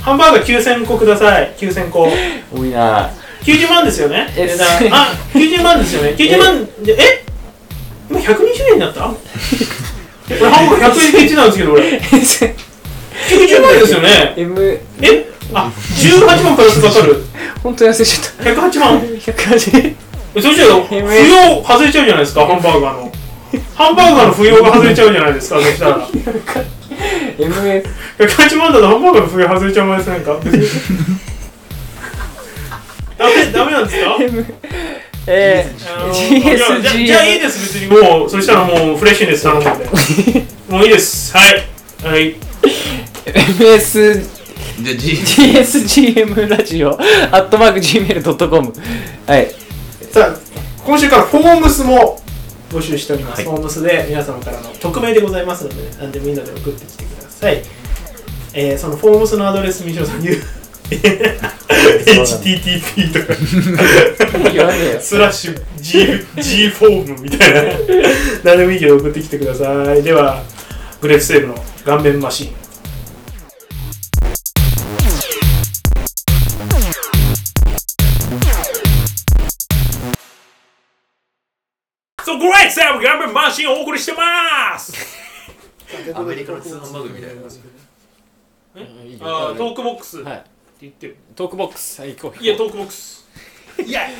ハンバーガー9000個ください9000個多いな90万ですよねえ値段あ90万ですよね90万でえ今120円にな った俺ハンバーガー101なんですけど俺90万ですよね M えあ18万プラスかかる本当に痩せちゃっ108万た180えそしたら不要外れちゃうじゃないですかハンバーガーのハンバーガーの不要が外れちゃうじゃないですかそしたら MS 108万だとハンバーガーの不要外れちゃいませんかダメダメなん ですか M えあーのいやじゃあ GS じゃあいいです別にもうそしたらもうフレッシュネス頼むんでもういいですはいはい、 MSGSGM じゃあラ G ジオアットマーク Gmail.com はいさあ今週からフォームスも募集しております、はいホームスで皆様からの匿名でございますので、ね、何でもいいので送ってきてください、えーそのフォームスのアドレスみしろさん 言う HTTP とか言わねえよスラッシュ G, G フォームみたいな何でもいいけど送ってきてくださいではグレープセーブの顔面マシンそうグレープセーブ顔面マシンをお送りしてますアメリカの通販番組みたいなあートークボックスってはい言ってるトークボックスはい行こういやトークボックスいやいい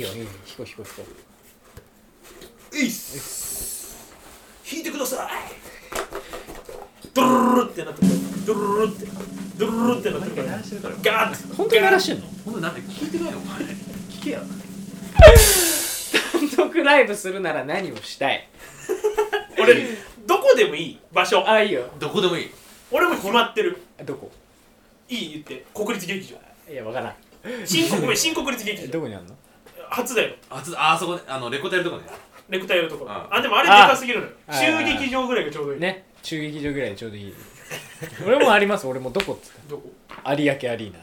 よいいよ引こう引こう引こいっす引いてくださいドゥルルルってなってくるドゥルルルってドゥルルルってなってくる話してるからガーッう本当に鳴らしてんのほんとなんで聞いてないのお前聞けや単独ライブするなら何をしたいて俺どこでもいい場所あいいよどこでもいい俺も決まってるどこいい言って国立劇場いやわからん新国名新国立劇場どこにあるの初だよあつああそこねあのレコタイルと かねレクタイルとかああでもあれでかすぎるのよあ中劇場ぐらいがちょうどいいね中劇場ぐらいでちょうどいい 俺もあります俺もどこっつっどこた有明アリーナ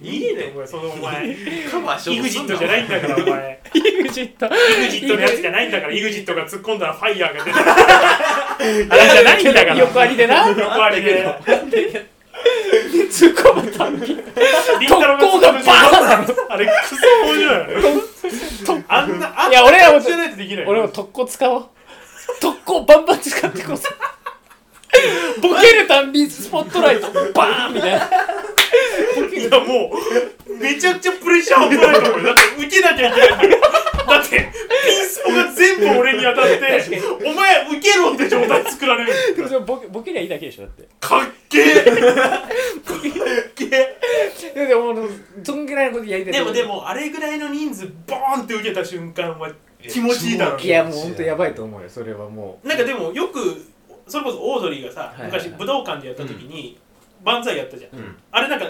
いいねお前そのお前カバーしようと EXIT すんじゃないんだからお前イグジット EXIT のやつじゃないんだから EXIT が突っ込んだらファイヤーが出てくるあれじゃないんだから横ありでな 横割りで突っ込むたびにりん特たろー攻がバーンなのあれクソ面白いよねあんなあんいや俺らもなじゃないとできないよね俺も特攻使おう特攻バンバン使ってこそボケるたんびスポットライトバーンみたいないやもうめちゃくちゃプレッシャーをないと思 うだって受けなきゃいけないんだよだってピンスポが全部俺に当たってお前受けろって状態作られるでもそれボケボケりゃいいだけでしょだってかっけえかっけえいやでももうそんぐらいのことやりたいでもでもあれぐらいの人数ボーンって受けた瞬間は気持ちいいだろうねいやもうほんとやばいと思うよそれはもなんかでもよくそれこそオードリーがさはいはいはい昔武道館でやった時に万歳やったじゃんう、うん、あれなんか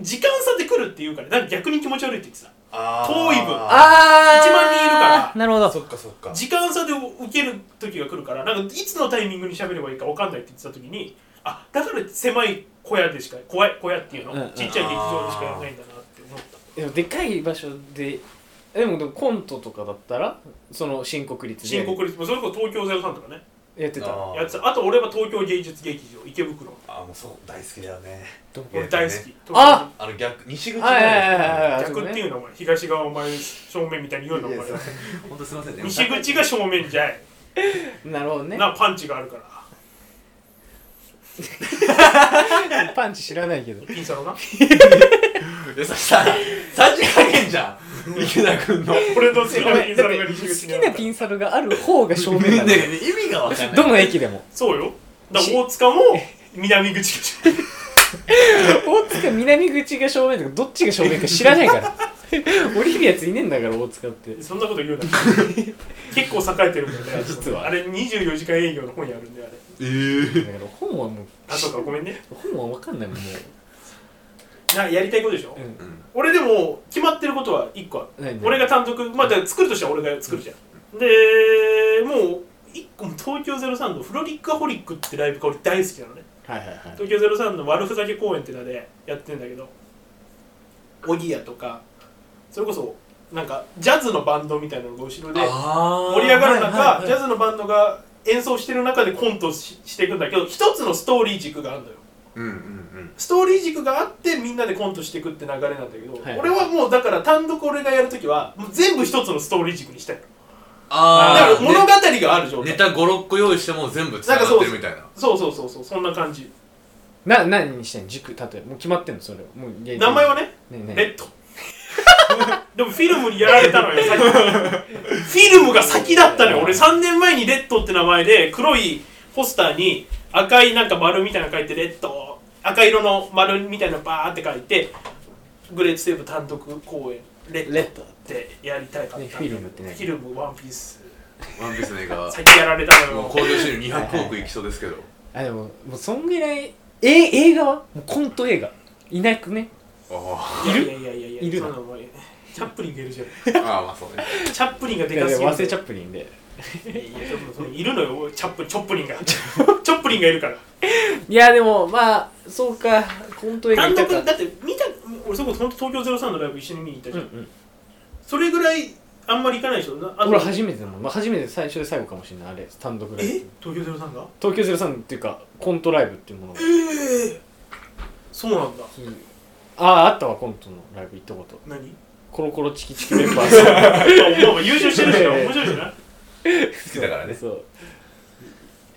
時間差で来るって言うからなんか逆に気持ち悪いって言ってたあー遠い分ああ1万人いるからなるほどそっかそっか時間差で受ける時が来るからなんかいつのタイミングに喋ればいいか分かんないって言ってた時にあだから狭い小屋でしか小屋小屋っていうの、うんうんちっちゃい劇場でしかやらないんだなって思ったでもでかい場所ででもでもコントとかだったらその新国立で新国立もそれこそ東京03とかねやってたあーやってたあと俺は東京芸術劇場池袋あもうそう大好きだよねどこ俺大好き、ね東京ああの逆西口のはいはいはいはいはい逆っていうのはお前東側お前正面みたいに言うのお前いやほんとすいませんね西口が正面じゃいなるほどねなパンチがあるからパンチ知らないけどピンサロないやそしたらさじ加減じゃん池田君の俺の好きごなめピんンサだロが西口にあるからっ て好きなピンサロがある方が正 面だねね意味がわかんないどの駅でもそうよだから大塚も南口が正面大塚南口が正面とかどっちが正面か知らないから 降りるやついねえんだから大塚ってそんなこと 言うな結構栄えてるんだよね実はあれ24時間営業の本やるんであれえーだから本はもうあそうかごめんね本は分かんないもんも なやりたいことでしょ、う、うん、俺でも決まってることは1個ある、何俺が単独まあだから作るとしては俺が作るじゃん、でもう1個も東京03のフロリックホリックってライブが俺大好きなのねはいはいはい東京03の悪ふざけ公演ってのでやってんだけどおぎやとかそれこそなんかジャズのバンドみたいなのが後ろであー盛り上がる中、はいはいはいジャズのバンドが演奏してる中でコントししていくんだけど一つのストーリー軸があるのようんうんうんストーリー軸があってみんなでコントしていくって流れなんだけど、はい俺はもうだから単独俺がやるときはもう全部一つのストーリー軸にしたいのだかあらあ物語がある状態、ネタ56個用意しても全部繋がってるみたいなそうそうそうそうそんな感じな何にしてん軸例えばもう決まってんのそれはもう名名前はねねレねッド でもフィルムにやられたのよ先にフィルムが先だったのよ俺3年前にレッドって名前で黒いポスターに赤いなんか丸みたいなの書いてレッド赤色の丸みたいなのバーって書いてグレートセーブ単独公演レッドレッドってやりたいかった、ねフィルムってねフィルムワンピースワンピースの映画先やられたのもうよ興行収入200億いきそうですけどあでももうそんぐらいえ映画はもうコント映画いなくねああいるいやいやいやいやいるそんなお前チャップリンがいるじゃん。ああまあそうねチャップリンがいでやかですぎもる。和製チャップリンでいやいやそのいるのよ、チャップ、チョップリンが。チョップリンがいるから。いやでもまあそうかコント映画単見た独かだって見た俺そこ本当東京03のライブ一緒に見に行ったうじんゃ、うんんそれぐらいあんまり行かないでしょなあと俺初めてだもん、まあ、初めて最初で最後かもしれないあれ単独ライえブ東京03が東京03っていうかコントライブっていうものがええそうなんだあああったわコントのライブ行ったこと何コロコロチキチキペッパーズお前優勝してるしな 面白いしな好きだからねそう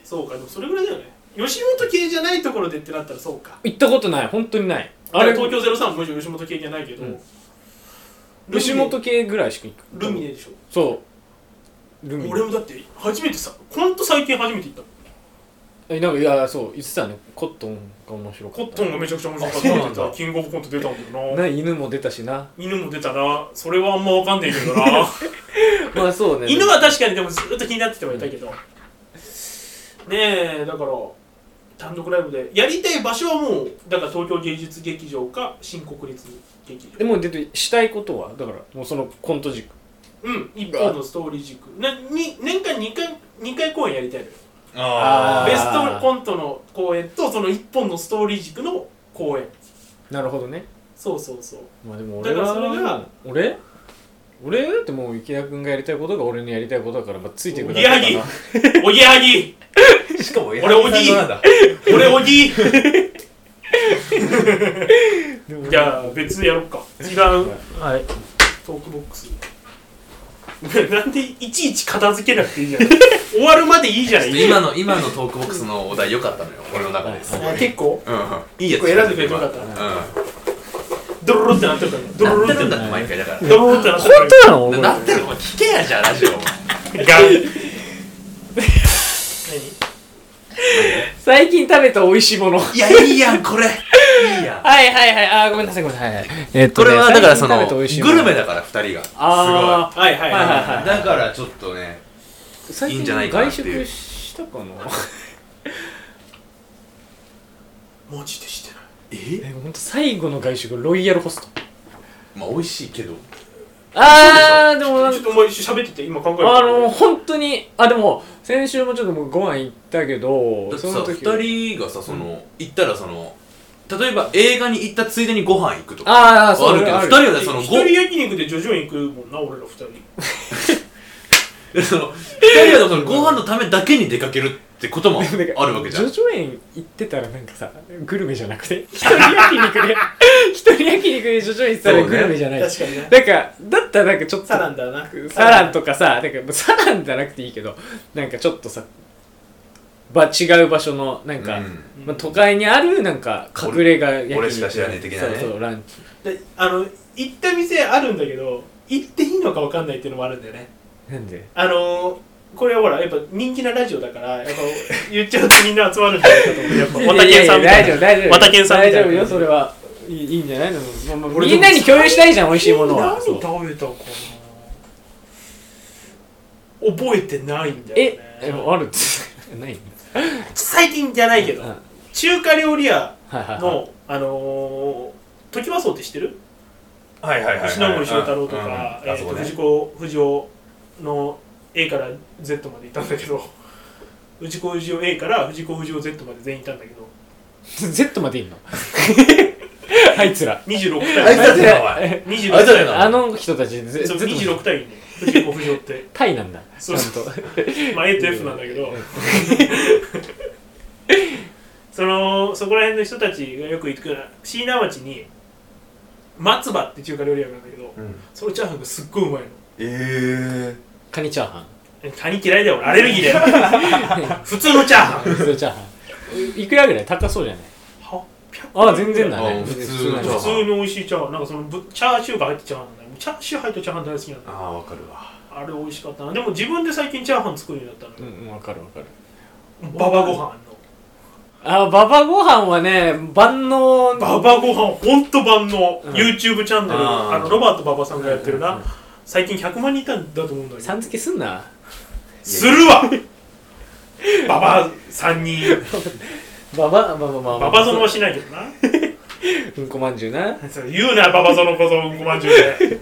そうかでもそれぐらいだよね吉本系じゃないところでってなったらそうか行ったことない本当にないああれれ東京03ももちろん吉本系じゃないけど、うんルミネ吉本系ぐらいしか行くルミネでしょそうルミネ俺もだって初めてさほんと最近初めて行ったえなんかいやそう言ってたねコットンが面白かコっッたトンがめちゃくちゃ面白かっあそうなんただキングオブコント出たんだよなな犬も出たしな犬も出たなそれはあんまわかんないけどなまあそうね犬は確かにでもずっと気になっててはいたけど、ねえだから単独ライブでやりたい場所はもうだから東京芸術劇場か新国立劇で場も出てしたいことはだからもうそのコント軸うん一本のストーリー軸なに年間2回二回公演やりたいのよあーベストコントの公演とその一本のストーリー軸の公演なるほどねそうそうそうまあでも俺だはからそれが俺俺だってもう池田君がやりたいことが俺のやりたいことだから、まあ、ついてくるだけおぎかやおぎやはぎしかも俺俺おじいなんだ俺おぎいなじゃあ別でやろっか違うはいトークボックス なんでいちいち片付けなくていいじゃない終わるまでいいじゃない今の今のトークボックスのお題良かったのよ俺の中ですはういんあ結構いいやつこれ選んでくれてよかったうんドロロってなってるからドロロなっっててなってるんだって毎回だからるドロロってなってる本当なのこれなってるお前聞けやじゃあラジオガン最近食べた美味しいものはいやいいやんこれいいやんいはいはいあーごめんなさいごめんなさい、はいはいえっことねれはだからそ最の近食べた美味しいもグのルメだから二人がすごいあ何はいはいはいはいはいだからちょっとねー最いい近んじゃないかな外っていう食したかなマジでしてないええほんと最後の外食ロイヤルホストまあ美味しいけどあーでもなんちかょっとお前一緒に喋ってて今考えてあの本当にあでも先週もちょっともうご飯行ったけどだってそさの時二人がさその行ったらその例えば映画に行ったついでにご飯行くとかあああそうるけど二人はねその一ご人焼肉でジョジョン行くもんな俺ら二人 その二人はそのご飯のためだけに出かけるってこともあなんかるわけ じゃん叙々苑行ってたらなんかさグルメじゃなくて一人焼肉で 一人焼肉で叙々苑行ってたらそうグねルメじゃない、確かにねなんかだったらなんかちょっとサランだなサランとかさなんかもうサランじゃなくていいけどなんかちょっとさば違う場所のなんか、うんまあ、都会にあるなんか隠れ家焼肉俺俺しか知らねえ的なねそうそうランチであの行った店あるんだけど行っていいのかわかんないっていうのもあるんだよねなんであのーこれはほらやっぱ人気なラジオだからやっぱ言っちゃうとみんな集まるんじゃないかと思うやっぱいやいや綿い毛さんやみたい大な丈夫大丈夫綿健さんみ大たい丈な夫よそれはいいいいんじゃないのもうもう俺でもみんなに共有したいじゃん美味しいものは何そう食べたかな覚えてないんだよえねえあるっつない ん最近じゃないけど、だうん中華料理屋はいはいはいのあのー、時和荘って知ってるはいはいはいはい石森章太郎とか、うんえあーそとこね藤子不二雄の A から Z までいたんだけど藤子不二雄 A から藤子不二雄 Z まで全員いたんだけど Z までいんの あいつら26 あい対つらじゃないお前26あいつら対やなあの人たちそう Z まで26対いいね藤子不二雄っ てタイなんだちそゃうんとそ まあ A と F なんだけど そのそこら辺の人たちがよく行くような椎名町に松葉って中華料理屋があるんだけどうんそのチャーハンがすっごいうまいのえカニチャーハンえカニ嫌いだよ俺アレルギーだ よ普通のチャーハン普通チャーハンいくらぐらい高そうじゃない800あ全然だあね普通のなチャーハ普ン通に美味しいチャーハンなんかそのぶチャーシューが入ったチャーハンだよチャーシュー入ったチャーハン大好きなんだあよあわかるわあれ美味しかったなでも自分で最近チャーハン作るようになったうのよんうんわかるわかるババご飯のあババご飯はね万能ババご飯ほんと万能、うん YouTube チャンネルあーあのロバート馬場さんがやってるな、うんうんうん最近100万人いたんだと思うんだけさどん付けすんなする わババさん人バババババババ園はしないけどなうんこまんじゅうなそう言うなババ園こそうんこまんじゅうで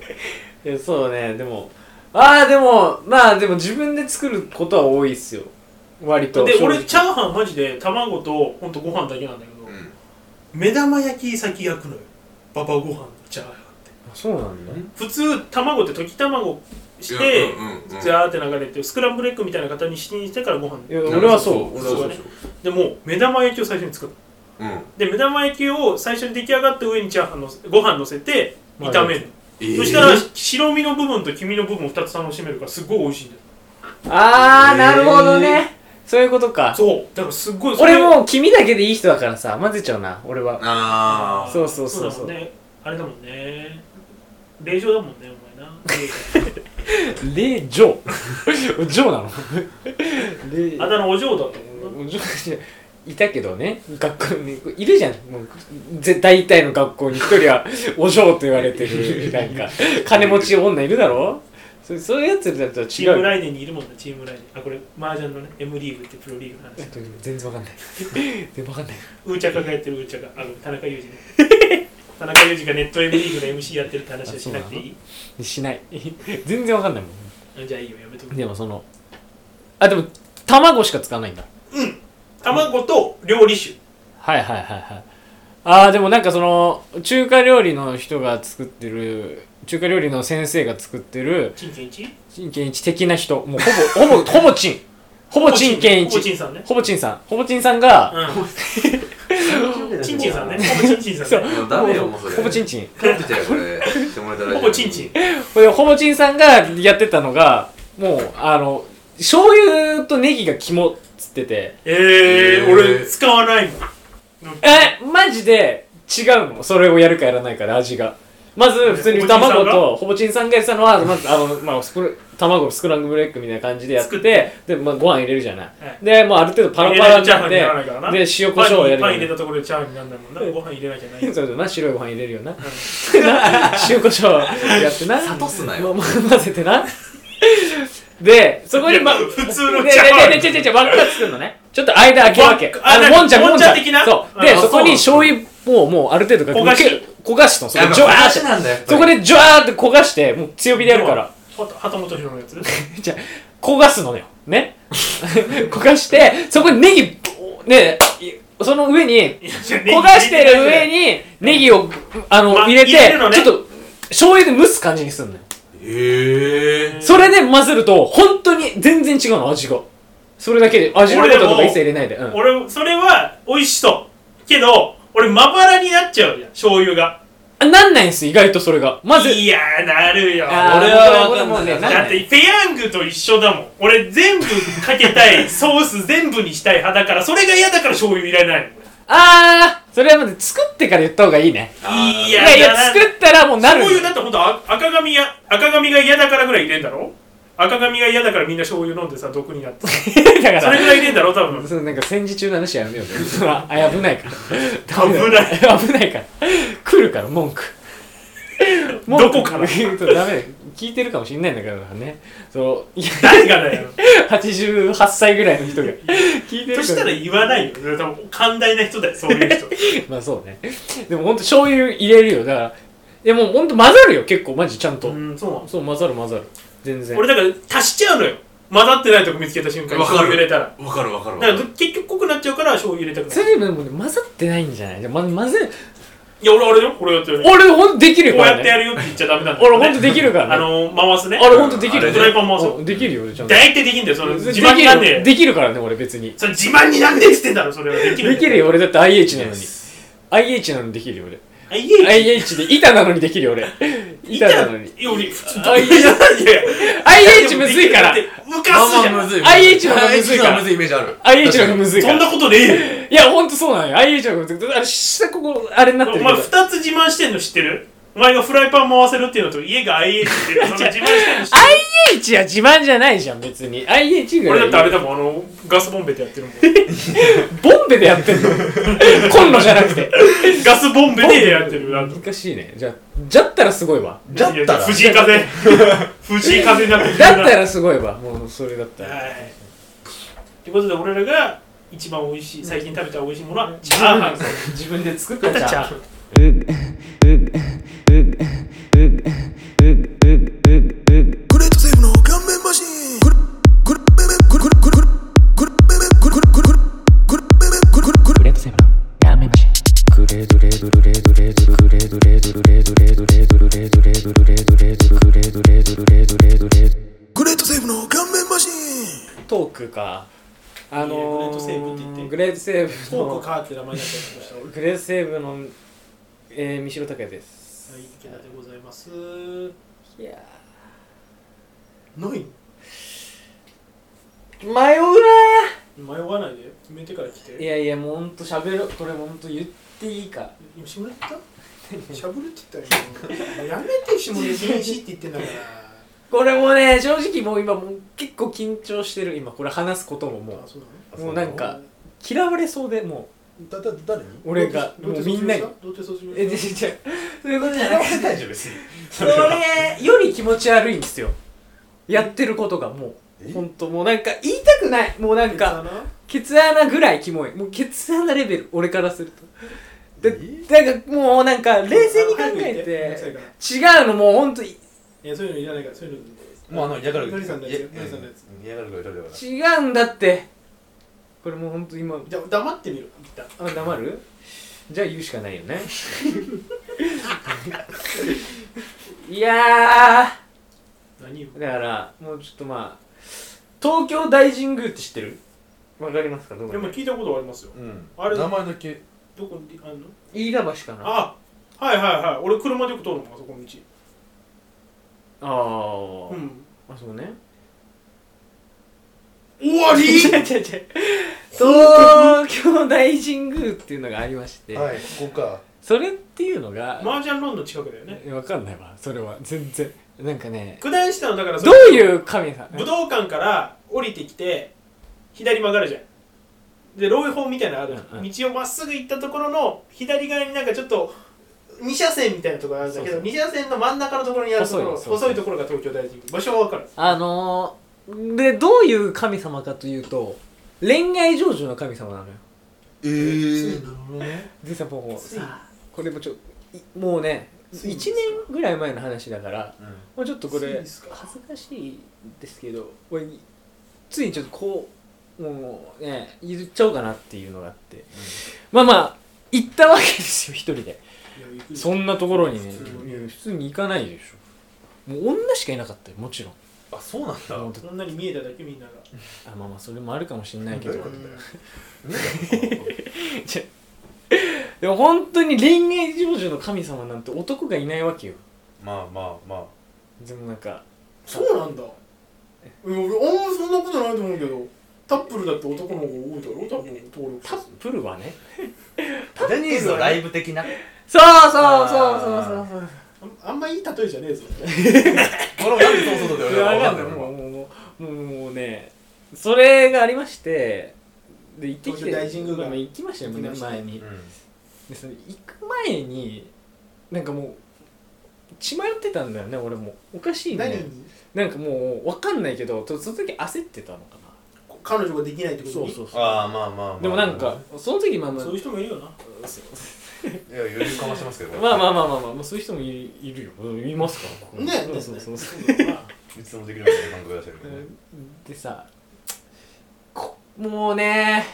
いやそうねでもああでもまあでも自分で作ることは多いっすよ割とで俺チャゃーハンマジで卵とほんとご飯だけなんだけど、うん目玉焼き先焼くのよババご飯のチャーハンってそうなんだ普通卵って溶き卵して、うんうんうんジャーって流れてスクランブルエッグみたいな形にしてからご飯いや俺はそう俺俺ははそそううでしょでも目玉焼きを最初に作るうんで目玉焼きを最初に出来上がった上にチャーハンのご飯乗せてまあ炒める、えーそしたら白身の部分と黄身の部分を2つ楽しめるからすごい美味しいんだよああ、えーなるほどねそういうことかそうだからすっごいそれ俺もう君だけでいい人だからさ混ぜちゃうな俺はあそうそうそうだそうもんねあれだもんね令状だもんねお前なレジョ ージョーなのレあだ名お嬢だったもんなもう上司いたけどね学校にいるじゃんもうぜ大体の学校に一人 はお嬢と言われてるなんか金持ち女いるだろそそういうやつだとチー違ムうライデンにいるもんなチームライデンあこれ麻雀のね M リーグってプロリーグの話全然わかんない全然わかんないうーちゃかがやってるうーちゃかあごめん田中裕二ね田中裕二がネット M リーグの MC やってるって話はしなくていいしない全然わかんないもんうんじゃあいいよやめとくでもそのあでも卵しか使わないんだ卵と料理酒はいはいはいはいああでもなんかその中華料理の人が作ってる中華料理の先生が作ってる陳建一陳建一的な人もうほぼほぼほぼ陳ほぼ陳建ほぼ陳一さんねほぼ陳さんほぼ陳さんがううんん陳陳さんねほぼ陳陳さんねあダメよもうそれほぼ陳陳帰ってきたよこれしてもらえたらほぼ陳陳これほぼ陳さんがやってたのがもうあの醤油とネギが肝っつっててえー、俺使わないもんえマジで違うのそれをやるかやらないかで味がまず普通に卵とほぼちんさんがやってたのはまずあの、まあ、スクラ卵スクランブルエッグみたいな感じでやって作ってで、まあ、ご飯入れるじゃない、はいでもうある程度パラパラにな入れないとチャーハンってにならないからなで塩コショウをやるパン入れよたところでチャーハンになんないもんなご飯入れなきゃないねそうそうな白いご飯入れるよな塩コショウやってな諭すなもようま混ぜてなでそこに、ま、普通のチャーハンでででででで輪っか作るのねちょっと間開けるわけ輪っかあなんかもんじゃもんじゃもん的なそうあであそこに醤油をもうある程度かけ焦がしてけ焦がしとそやこっぱジョワーっ話てなんだよそこでジュワーって焦がしてもう強火でやるからは旗本博のやつ じゃあ焦がすのよね 焦がしてそこにネギねいその上に焦焦がしてる上にネギをあのま入れて入れるのねちょっと醤油で蒸す感じにするのよへえそれで混ぜると本当に全然違うの味がそれだけで味のこととか一切入れないでうん俺それは美味しそうけど俺まばらになっちゃうじゃん醤油があなんないんす意外とそれがまずいやーなるよあー俺はこれわかんないこれもうねだなっんないてペヤングと一緒だもん俺全部かけたいソース全部にしたい派だからそれが嫌だから醤油入れないあーそれはまず作ってから言った方がいいねあーいいややいやだな作ったらもうなる醤油だってほんとあ赤髪や赤髪が嫌だからぐらい入れんだろ赤髪が嫌だからみんな醤油飲んでさ毒になってそ だかれらぐらい入れんだろ多分そのなんか戦時中の話はやめよう ぜそれはあ危ないから危ない 危ないから来るか ら文句どこ から言うとダメだよ聞いてるかもしんないんだからねそういや 誰がだよ88歳ぐらいの人が聞いてるからそしたら言わないよ多分寛大な人だよそういう人 まあそうねでもほんと醤油入れるよだからでもほんと混ざるよ結構マジちゃんと、 うんそうなのそう混ざる混ざる全然俺だから足しちゃうのよ混ざってないとこ見つけた瞬間にわか醤る油入れたらわかるわかるわかだるから結局濃くなっちゃうから醤油入れたくそないれでもでも混ざってないんじゃないじゃあ、ま、混ぜいや俺あれよこれやってるこ俺ほんとできるうかやら、ってやね、るよって言っちゃダメなんだ俺よ、ほんとできるから、ね、あのー、回すねあれほんとできるよあれねフライパン回そううんできるよちゃんと大体できんだよその自でき慢になんるよねえできるからね俺別にそれ自慢になんねえっつってんだろそれはできるできるよ俺だって IH なのによ IH なのにできるよ俺あいえいえ IH で板なのにできるよ俺い板なのにいや俺普通あいえいいえやいやいや IH むずいからだって浮かすじゃん、まあまあむずい IH の方がむずいから IH の方がむずいイメージある IH の方がむずいかそんらなことねえよいやほんとそうなんよ IH の方がむずいあれ下ここあれになっおてる前けど2つ自慢してんの知ってるお前がフライパン回せるっていうのと家が IH って いうのその自慢してんの知ってる IH は自慢じゃないじゃん別に IH ぐら俺だっいてあれだもんあのガスボンベでやってるもんボンベでやってんの コンロじゃなくてガスボンベでやってるなんか難しいねじゃじゃったらすごいわじゃったら藤井 風藤井風になってるだったらすごいわもうそれだったらはいということで俺らが一番美味しい最近食べた美味しいものはチャーハンです自分で作ったじゃんチャーハントークかあいやグレのートセーブって言ってグレートセーブトーのクかーって名前になっちゃいました俺グレートセーブの、えー、三代拓也ですはい池田でございますないやいー迷うな迷わないで決めてから来ーいてやいやもうほんとしゃべるこれもほんと言っていいか今下ネタ言ったしゃぶるって言ったらいいよやめて下 ネタ禁止って言ってんだからこれもね正直もう今もう結構緊張してる今これ話すことももあそううもうなんか嫌われそうでもだだ誰にう俺がもうみんなに童貞卒業え違う違うしそういうことじゃなくて大丈夫別に それより気持ち悪いんですよやってることがもうえほんともうなんか言いたくないもうなんかケツ穴ぐらいキモいもうケツ穴レベル俺からするとでなんかもうなんか冷静に考えて違うのもうほんと違いやそういうのいらないからそういうのもうあの嫌がるのりさんのやつのりさんのやつ嫌がるがいるだからうんだってこれもうほんと今じゃあ黙ってみろ一旦あ黙るじゃあ言うしかないよ ねいやー何をだからもうちょっとまあ東京大神宮って知ってるわかりますかどこでも聞いたことありますようんあれ名前だけどこにあんの飯田橋かなああはいはいはい俺車でよく通るもんあそこの道あー、うんあそうね終わり違う違う違う東京大神宮っていうのがありまして、はいここかそれっていうのが、マージャンロンの近くだよねわかんないわそれは全然なんかね九段下のだからどういう神さん武道館から降りてきて左曲がるじゃんで老い法みたいなのあるじゃんうんうん道をまっすぐ行ったところの左側になんかちょっと2車線みたいなところがあるんだけどそうそう二2車線の真ん中のところにあるところ細いそうそう細いところが東京大神宮場所は分かるあのー、でどういう神様かというと恋愛成就の神様なのよえー、なるほどねでさもうついさこれもちょいもうねつい1年ぐらい前の話だからうんもうちょっとこついれですか恥ずかしいですけどこれついにちょっとこうもうね言っちゃおうかなっていうのがあって、まあまあ行ったわけですよ一人でそんなところにね普通にいや普通に行かないでしょもう女しかいなかったよもちろんあそうなんだもうそんなに見えただけみんながあまあまあそれもあるかもしれないけどどういうことだよでも本当に恋愛成就の神様なんて男がいないわけよまあまあまあでもなんかそうなんだ俺あんまそんなことないと思うけどタップルだって男の方が多いだろ多分登録タップルはねジャニーズのライブ的なそうそうあそうそうそうあんまいい例えじゃねえぞ俺もなんでそうそうだよそうい俺やはわ分かかんんなないいももうもうもうもうもうねそれがありましてで行ってきて東京大神宮がまあ行きましたよ行きました前にでその行く前になんかもう血迷ってたんだよね俺もおかしい何ねになんかもう分かんないけどとその時焦ってたのかな彼女ができないってことにうああまあまあまあでもなんかその時まあまあそういう人もいるよないや余裕かましてますけどまあまああまあまあまあ、まあ、そういう人もいいるようんいますからねそうそうそうそういつでもできるような感覚出してるけどねでさこもうね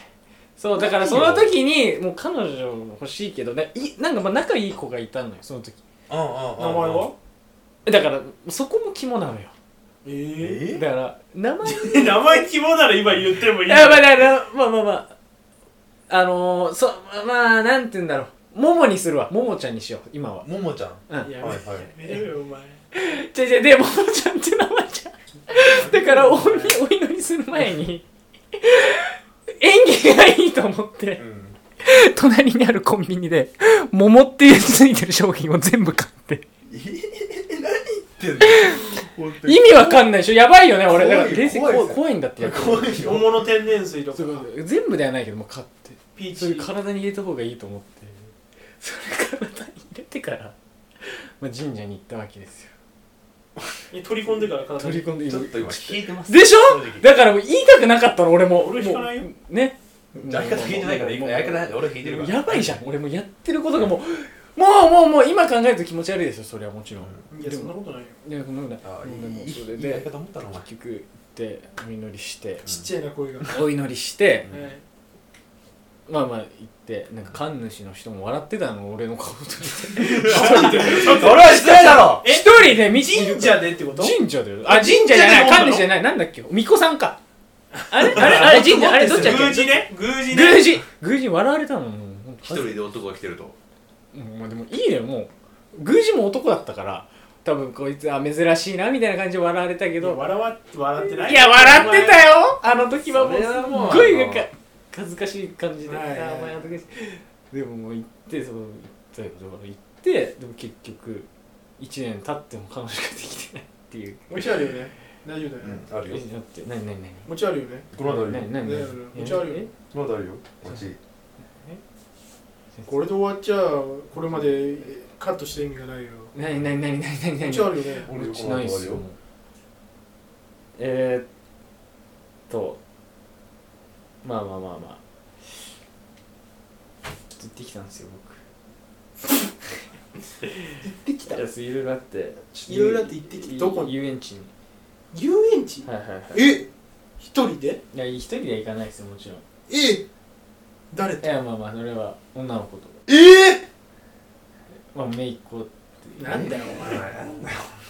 そうだからその時にもう彼女も欲しいけどねいなんかまあ仲いい子がいたのよその時ああああ名前はだからそこも肝なのよえだえから名 前え名前希望なら今言ってもいいいやまあだからまあまあまああのー、そうまあなんて言うんだろうももにするわももちゃんにしよう今はももちゃんうんやはいはいめろよお前じゃじゃでももちゃんって名前じゃんだからお祈りお祈りする前に演技がいいと思ってうん隣にあるコンビニで桃っていうついてる商品を全部買って意味わかんないでしょやばいよね俺だから怖い冷静怖い怖い怖いんだってやっぱり怖いよ桃の天然水とかそうそうそう全部ではないけどもう買ってピーそれチ体に入れた方がいいと思ってそれ体に入れてから、まあ、神社に行ったわけですよに取り込んでから体取りに込んでちょっと今聞いてますでしょ正直だからもう言いたくなかったの俺も俺引かないよもうねやり方聞いてないからいいやり方ないで俺聞いてるからやばいじゃん俺もうやってることがもうもうもうもう今考えると気持ち悪いですよそれはもちろん、いやそんなことないよいやごめんなあさあいいもうでもいいいそれいいやりで方思ったのお前結局行ってお祈りしてちっちゃいな 声がはお祈りしてうんいまあまあ行ってなんか神主の人も笑ってたの俺の顔と 一それは失礼だろ人で道神社でってこと神社だよあ神社じゃない神主じゃないなんだっけ巫女さんかあれあれあれ神社あれどっちだっけ宮司ね宮司ね宮司宮司笑われたのもう一人で男が来てるとうんまあでもいいねもう宮司も男だったから多分こいつは珍しいなみたいな感じで笑われたけど笑わ笑ってないいや笑ってたよあの時はもそれはもううすっごいなあんのか恥ずかしい感じで「はいはいあーお前あの時でももう行ってその行ったよだから行ってでも結局1年経っても彼女ができてないっていうお前餅あるよね大丈夫だよねあるよえだって何何何餅あるよねこの後あるよ何何ねえうちあるよえまだあるよこっちこれで終わっちゃこれまでカットして意味がないよ何何何何何何餅あるよね俺うよちこのないっ後あるすよよえー、っとまあまあまあまあちょっと行ってきたんですよ僕行ってきたやついろいろあっていろいろあって行ってきてどこに遊園地に遊園地はいはいはいえ一人でいや一人では行かないですよもちろんいえ誰とやまあまあそれは女の子とええまあ姪っ子っていうなんだよお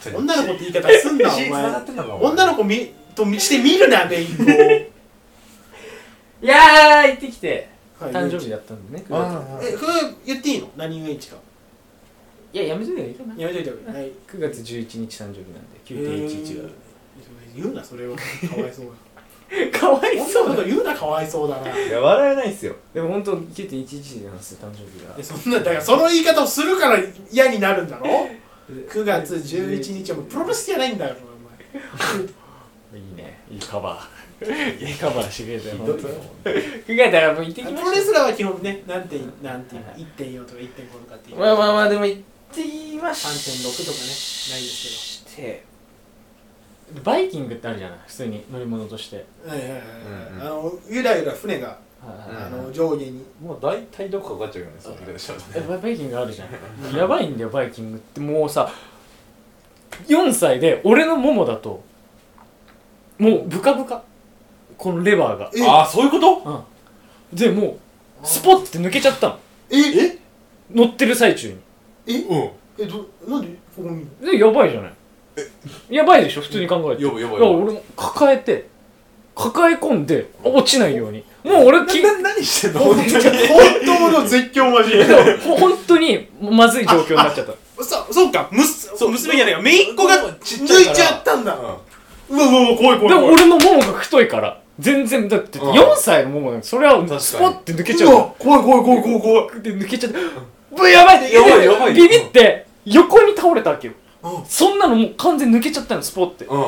当前に女の子って言い方す んなお血繋が前ってんのかお前女の子みとして見る なベイクをいやー行ってきてはい誕生日だったんでねああああえこれ言っていいの何遊園地かいややめといたらいいかなやめといた方がいいはい9月11日誕生日なんで9.11が言うなそれはかわいそうだかわい そんなこと言うなかわいそうだないや笑えないっすよでも本当9.11なんですよ誕生日がでそんなだからその言い方をするから嫌になるん だろ9月11日はもうプロレスじゃないんだよおいいねいいカバー いいカバーしてくれたよひ本どい当よに9月だ からもう行ってき前まプしたロレよスラーは基本ねなんてなんて1.4とか1.5とかっていうまあまあまあでも行ってきまし3.6とかねないですてバイキングってあるじゃない普通に乗り物としてけどはいはいはいうんうんはいあのゆらゆら船がはあの上下にもう大体どこかかかっちゃうよねそのぐらいの人だといババイキングあるじゃんやばいんだよバイキングってもうさ4歳で俺のももだともうブカブカこのレバーがえああそういうことでもうスポッて抜けちゃったのええ乗ってる最中にうんえどなんでここ見るでやばいじゃないやばいでしょ普通に考えて呼ぶ呼ぶだから呼ぶ俺も抱えて抱え込んで落ちないようにもう俺きな何してんの本当の絶叫マジでほ本当にまずい状況にな っちゃったそそうかむすそう娘じゃないか姪っ子が抜いちっちゃいからちゃったんだううんわうわうわ怖でい怖いも怖い俺のももが太いから全然だってうん4歳のももなんかそれ確かはにスポッて抜けちゃううわ怖い怖い怖い怖い怖いで抜けちゃってうわやばいやばいやばいビビって横に倒れたわけようんそんなのもう完全に抜けちゃったのスポッてうん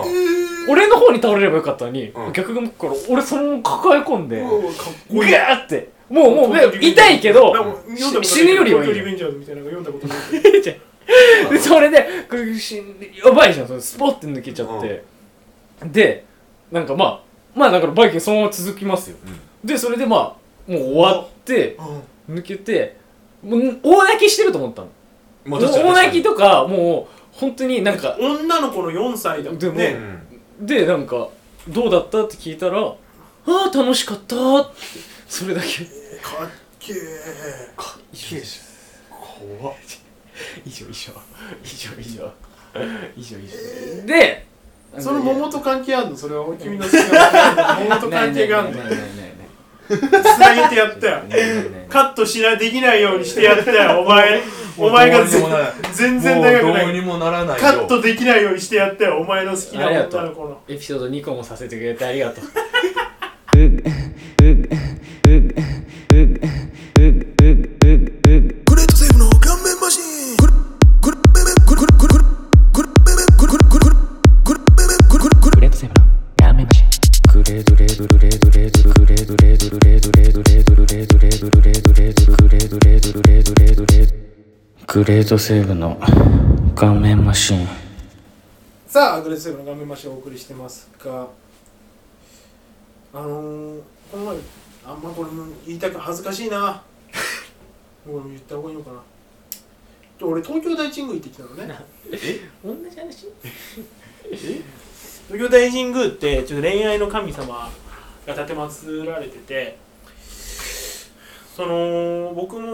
俺の方に倒れればよかったのにうん逆が向くから俺そのまま抱え込んでうわかっぐこいいわーってもうもうね痛いけなんどか読んだことないし死ぬよりはいい東京リベンジャーズみたいなのが読んだことないでそれでこうしやばいじゃんそのスポッて抜けちゃって、でなんかまあまあだからバイキングそのまま続きますよ、でそれでまあもう終わって抜けてもう大泣きしてると思ったの、まあもう確かに大泣きとかもう本当になんか女の子の4歳だもんでもうねんでなんかどうだったって聞いたらああ楽しかったってそれだけかっけえ怖っ以上以上以上以上以上以上でその桃と関係あんのそれは君の好きな 桃と関係があんのないないないないないつなげてやったよカカットしないできないようにしてやった よお前お前がぜもうどうにもなら全然長くもうなどうにいもならないよカットできないようにしてやったよお前の好きな女の子のエピソード2個もさせてくれてありがとう。グレードセーブの顔面マシン。さあアグレッシブの画面マシンをお送りしてますがあのー、この前あんまこれも言いたく恥ずかしい な俺も言った方がいいのかなちょ俺東京大神宮行ってきたのね同じ話東京大神宮ってちょっと恋愛の神様が建て祀られててその僕も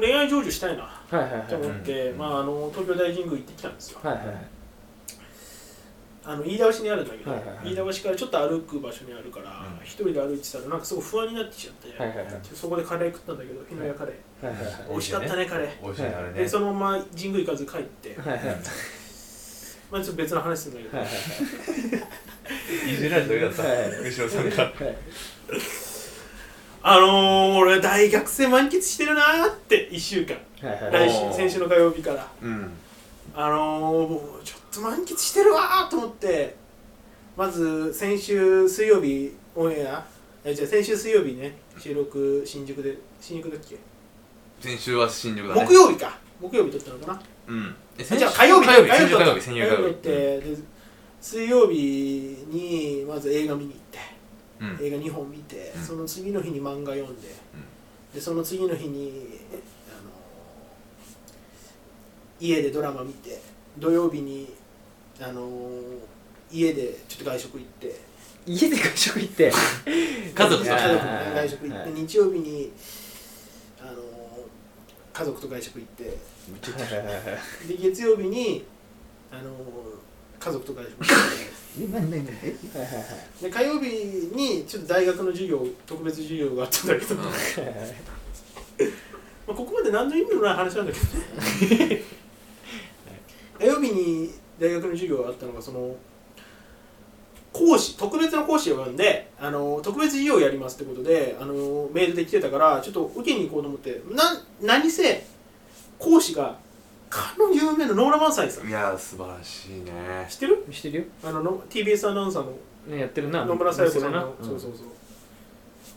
恋愛成就したいなはいはいはい。と思って、まああの東京大神宮行ってきたんですよはいはいはい。あの飯田橋にあるんだけど、はいはいはい飯田橋からちょっと歩く場所にあるからうん一、人で歩いてたらなんかすごい不安になってきちゃって、はいはいはいそこでカレー食ったんだけど日の屋カレー、はいはいはい美味しかったねカレー美味しいねあれねでそのまま神宮行かず帰って、はいはいはいまあ、ちょっと別の話するんだけど、はいいじられたよだったはい後ろさんがはいあのー、俺大学生満喫してるなーって1週間はいは来いお週ー先週の火曜日からうんあのー、もうちょっと満喫してるわーと思ってまず先週水曜日オンエアえじゃあ先週水曜日ね収録新宿で新宿だっけ、先週は新宿だね木曜日か木曜日撮ったのかなうんえじゃあ火曜日火曜日火曜先日週火曜日火先週火曜日曜撮っ日て、で水曜日にまず映画見に行ってうん映画2本見て、うんその次の日に漫画読んで、でその次の日にあの家でドラマ見て土曜日にあの家でちょっと外食行って家で外食行って家族家族ととはいはいはい外食行って、はい日曜日にあの家族と外食行ってで月曜日にあの家族と外食行って。で火曜日にちょっと大学の授業特別授業があったんだけど、うん まあここまで何の意味もない話なんだけどね火曜日に大学の授業があったのがその講師特別の講師を呼んであの特別授業をやりますってことであのメールで来てたからちょっと受けに行こうと思ってな何せ講師がかの有名なノーラ・マンサイさんいやー素晴らしいね知ってるしてるよあのの TBS アナウンサーのねやってるな野村さや子さんなの、そうそうそう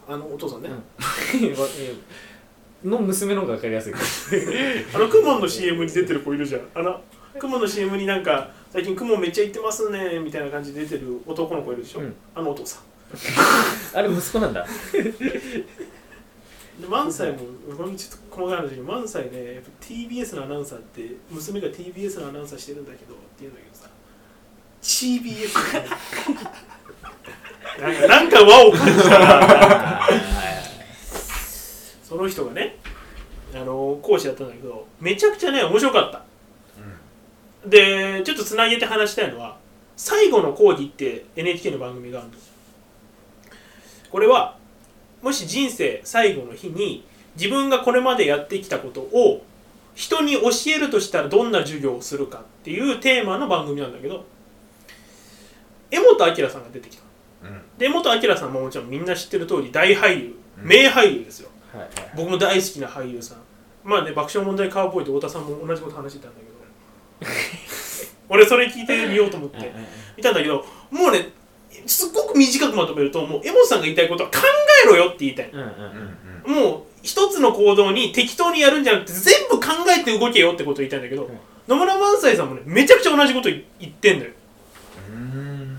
あのお父さんね、うんうんの娘の方が分かりやすいかあのクモンの CM に出てる子いるじゃんあのクモンの CM になんか最近クモンめっちゃ行ってますねみたいな感じで出てる男の子いるでしょ、うんあのお父さらあれ息子なんだんで萬斎もこれちょっと細かい話だけど萬斎ねやっぱ TBS のアナウンサーって娘が TBS のアナウンサーしてるんだけどって言うんだけどさ TBS なんかなんか和を感じたなその人がねあの講師だったんだけどめちゃくちゃね面白かった、でちょっとつなげて話したいのは最後の講義って NHK の番組があるのこれはもし人生最後の日に自分がこれまでやってきたことを人に教えるとしたらどんな授業をするかっていうテーマの番組なんだけど江本明さんが出てきたうんで江本明さんももちろんみんな知ってる通り大俳優名俳優ですよ、はいはい僕も大好きな俳優さんまあね爆笑問題カーボーイと太田さんも同じこと話してたんだけど俺それ聞いてみようと思って見たんだけどもうねすっごく短くまとめるともう江本さんが言いたいことは考えろよって言いたいうんうんううんんもう一つの行動に適当にやるんじゃなくて全部考えて動けよってことを言いたいんだけど、ん野村萬斎さんもねめちゃくちゃ同じこと言ってんだようん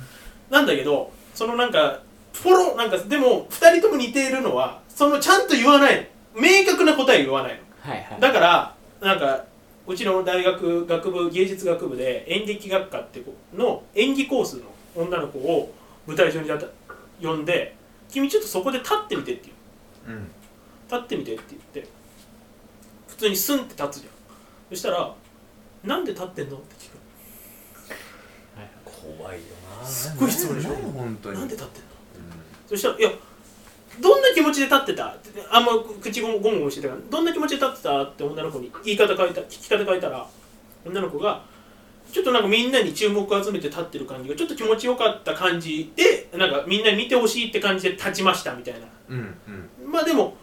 なんだけどそのなんかフォローなんかでも2人とも似ているのはそのちゃんと言わないの明確な答え言わないのはいはいだからなんかうちの大学学部芸術学部で演劇学科って子の演技コースの女の子を舞台上にだた呼んで「君ちょっとそこで立ってみて」って言ううん立ってみてって言って普通にスンって立つじゃんそしたら「なんで立ってんの?」って聞く怖いよなすっごい質問でしょ何本当になんでうん立ってんのそしたら「いやどんな気持ちで立ってた?」ってあんま口ゴムゴムゴムしてたから「どんな気持ちで立ってた?」って女の子に言い方変えた聞き方変えたら女の子がちょっとなんかみんなに注目を集めて立ってる感じがちょっと気持ちよかった感じでなんかみんなに見てほしいって感じで立ちましたみたいなうんうんまあでも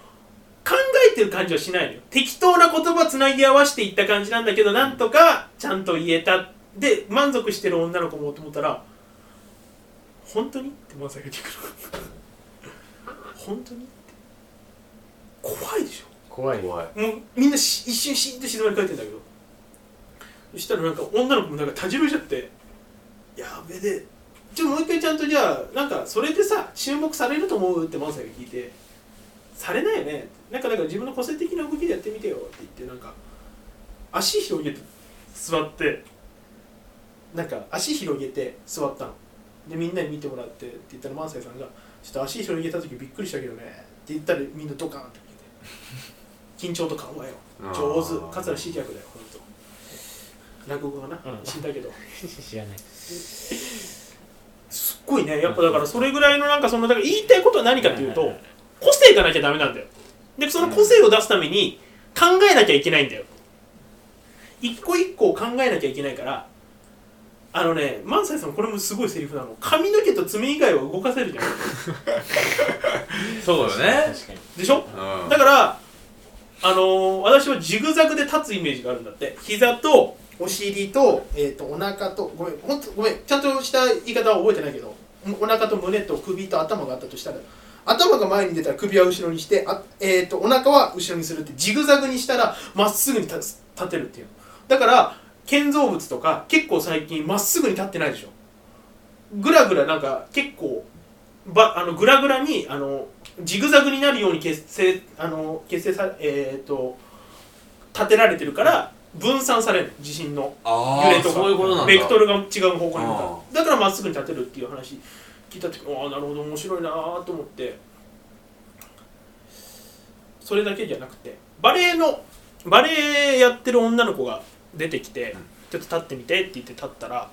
考えてる感じはしないのよ適当な言葉つなぎ合わせていった感じなんだけどなんとかちゃんと言えたで満足してる女の子もと思ったら「本当に?」ってまさか聞くの「本当に?」って怖いでし怖いよ怖いょもうみんなし一瞬シーンと静まり返ってんだけどそしたらなんか女の子もなんかたじろいちゃって「やべでじゃあもう一回ちゃんとじゃあなんかそれでさ注目されると思う?」ってマンサイが聞いて「されないよね」なんかなんか自分の個性的な動きでやってみてよって言ってなんか足広げて座ってなんか足広げて座ったのでみんなに見てもらってって言ったらマンサイさんが「ちょっと足広げた時びっくりしたけどね」って言ったらみんなドカンって聞いて緊張と緩和よ上手桂 C 脚だよほんと落語かな、うん死んだけど知らないすっごいねやっぱだからそれぐらいのなんかそのだから言いたいことは何かっていうと個性がなきゃダメなんだよでその個性を出すために考えなきゃいけないんだよ一個一個を考えなきゃいけないからあのね萬斎さんこれもすごいセリフなの髪の毛と爪以外は動かせるじゃんそうだよね確かにでしょうんだからあのー私はジグザグで立つイメージがあるんだって膝とお尻と,、えー、とお腹とごめんほんとごめんちゃんとした言い方は覚えてないけどおお腹と胸と首と頭があったとしたら頭が前に出たら首は後ろにしてあ、えー、とお腹は後ろにするってジグザグにしたらまっすぐに立つ立てるっていうだから建造物とか結構最近まっすぐに立ってないでしょぐらぐらなんか結構ばあのぐらぐらにあのジグザグになるように結成あの結成さえっ、と立てられてるから分散される地震のあ揺れあとかそういうことなんだベクトルが違う方向に向かうだからまっすぐに立てるっていう話聞いた時ああなるほど面白いなーと思ってそれだけじゃなくてバレエのバレエやってる女の子が出てきて、ちょっと立ってみてって言って立ったら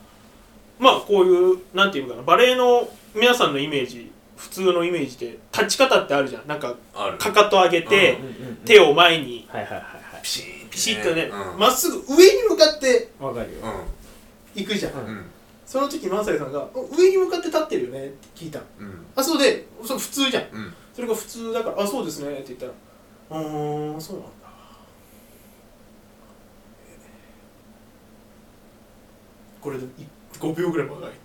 まあこういうなんていうかなバレエの皆さんのイメージ普通のイメージで立ち方ってあるじゃんなんかあるかかと上げてう、手を前にはいはいはいはピシーンピシッとねうんま、っすぐ上に向かっていわかるよういくじゃん、んうんその時マサイさんが「上に向かって立ってるよね」って聞いたのうんあそうでそれ普通じゃんうんそれが普通だから「あそうですね」って言ったら「うーんそうなんだ」これで5秒ぐらい間が空いて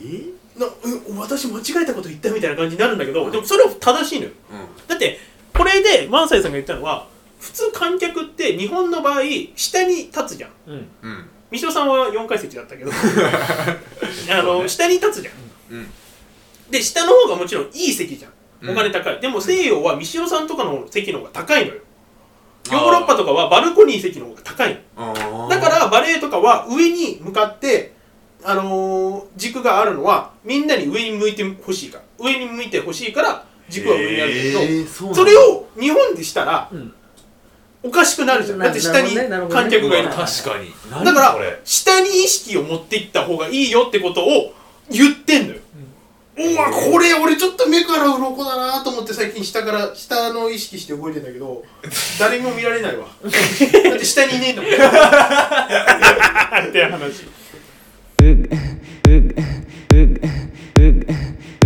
えなうん私間違えたこと言ったみたいな感じになるんだけどでもそれは正しいのよだってこれで萬斎さんが言ったのは普通観客って日本の場合下に立つじゃんうんうんうん三島さんは4階席だった けどあの、下に立つじゃん、うんで下の方がもちろんいい席じゃんうおん金高い、でも西洋は三島さんとかの席の方が高いのよあヨーーロッパとかはバルコニー席の方が高いのあーだからバレエとかは上に向かってあのー軸があるのはみんなに上に向いてほしいから上に向いてほしいから軸は上にあるんだけど、えーそうなんだそれを日本でしたら、うんおかしくなるじゃんなだって下になるほどね観客がいるなるほどね確かに何だからこれ下に意識を持っていった方がいいよってことを言ってんのよ、うわこれ俺ちょっと目から鱗だなと思って最近下から下の意識して動いてんだけど誰にも見られない わだって下にいねえんだもんって話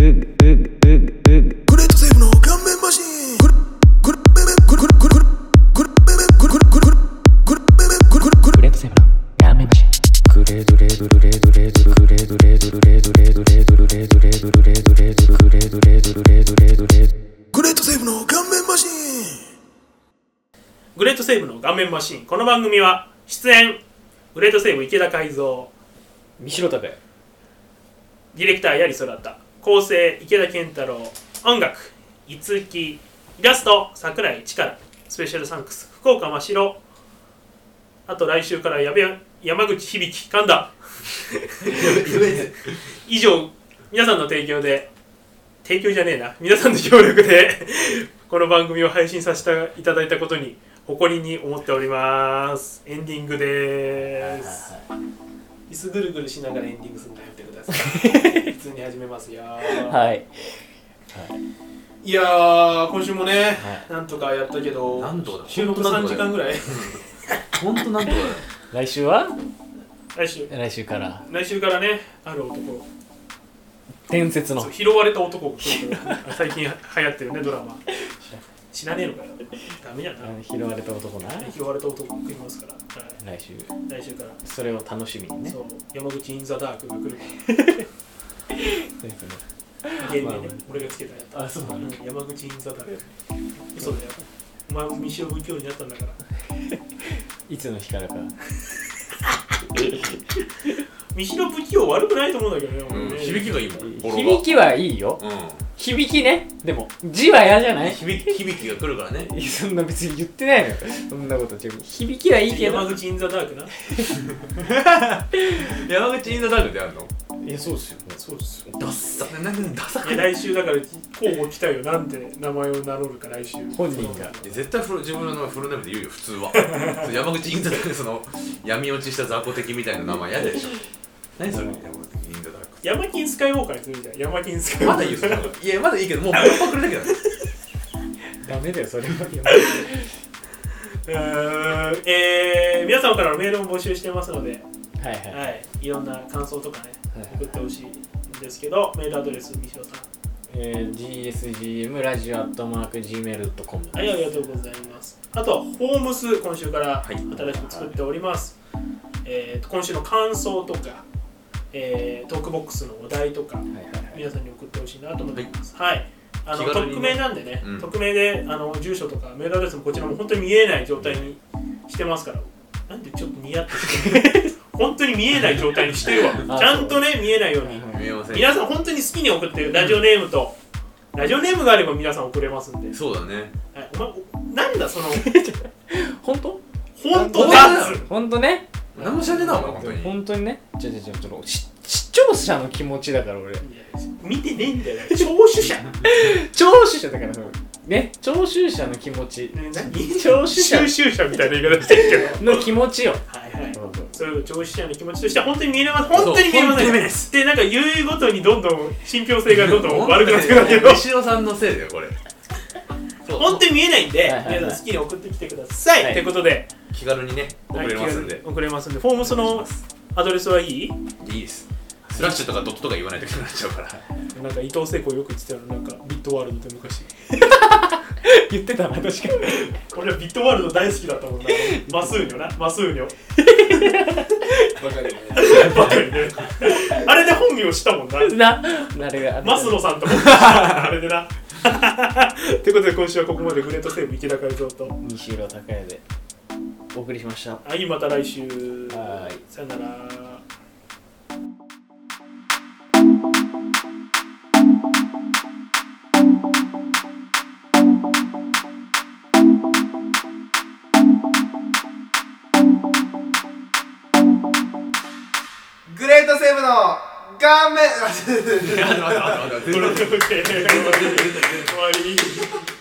グレートセーブの顔面マシングルグルベベグルグルグルグルベベグルグルグルグルベベグルグルグルグレードセブンラーメンマシングレードレードレードレードグレードレードレードレードレードレードレードレードレードグレードレードレードレードレードグレートセーブの顔面マシングレートセーブの顔面マシンこの番組は出演グレートセーブ池田海蔵三城拓也ディレクターやりそらた構成池田健太郎音楽いつきイラスト桜井力スペシャルサンクス福岡真白あと来週からやべや山口響神 田以上皆さんの提供で提供じゃねえな皆さんの協力でこの番組を配信させていただいたことに誇りに思っておりますエンディングです椅子ぐるぐるしながらエンディングするのやめてくださ い普通に始めますよはいいやー今週もね、なんとかやったけど何度だ収録3時間ぐらい本当なんとかだよ来週は 来週来週から来週からねある男伝説のそう拾われた男が来るから 最近流行ってるねドラマ知らねえのかよダメやな拾われた男な拾われた男が来ますから、は来週い、来週から、それを楽しみにねそう山口インザダークが来るかそうですねら芸人ね、まあ俺がつけたやつあそうん山口インザダーク嘘だよお前も未使用不教になったんだからいつの日からか三島不器用悪くないと思うんだけどね、俺うんね響きがいいもん語呂響きはいいよが響きねでも字は嫌じゃなうんい響き響きが来るからねそんな別に言ってないのよそんなこと響きはいいけど山口インザダークな山口インザダークであるのいやそうですよそうですよダッサ何ダサくいや来週だから候補来たよなんで名前を名乗るか来週本人が絶対フル自分の名前フルネームで言うよ普通は そう山口銀座でその 闇落ちした雑魚的みたいな名前嫌でしょ何それ山口銀座ダークヤマキンスカイウォーカーにするじゃんヤマキンスカイウォまーカだー言うそのいやまだいいけどもうパクパクるだけだねダメだよそれはうーんえー、皆様からのメールも募集してますので、はいはいはい、いろんな感想とかねはい送ってほしいんですけどメールアドレス三代さんえー GSGM ラジオアットマーク Gmail.com はい、ありがとうございます。あとは、ホームス、今週からはい新しく作っております。えーと今週の感想とか、えートークボックスのお題とか、はいはいはい皆さんに送ってほしいなと思ってます。はい。あの気軽に匿名なんでね、うん匿名であの住所とかメールアドレスもこちらも本当に見えない状態にしてますから、なんでちょっとニヤってしてる 本当に見えない状態にしてるわ。あちゃんとね、見えないように。見えません皆さん本当に好きに送ってるラジオネームと、ラジオネームがあれば皆さん送れますんで。そうだねはいお前おなんだその本当本当なんだだっつ本当ね何も知らねえなお前本当に本当にねちょちょちょちょし視聴者の気持ちだから俺見てねえんだよ聴取者ね聴取者だからね聴取者の気持ち何聴取者収集者みたいな言い方してるけどの気持ちよはいはいそれを聴取者の気持ちとしては本当に見えます本当に見えそうま本当せんに見えないですでなんか言うごとにどんどん信憑性がどんどん悪くなってくるんだけど西野さんのせいだよこれそう本当に見えないんではいはいはい皆さん好きに送ってきてくださはいいということで気軽にね送れますんで送れますんでフォームそのアドレスはいいいいですスラッシュとかドットとか言わないといけなくなっちゃうからなんか伊藤聖子よく言ってたのなんかビットワールドで昔言ってたな確かに俺はビットワールド大好きだった もんなマスーニョなマスーニョバカでね ばかりねあれで本名したもんなな、なれが。マスノさんともあれで なということで今週はここまでグレートセーブ池田海蔵と西浦高也でお送りしました。はいまた来週はーいさよならグレートセーブの顔面 待って待って待って待って ということで終わり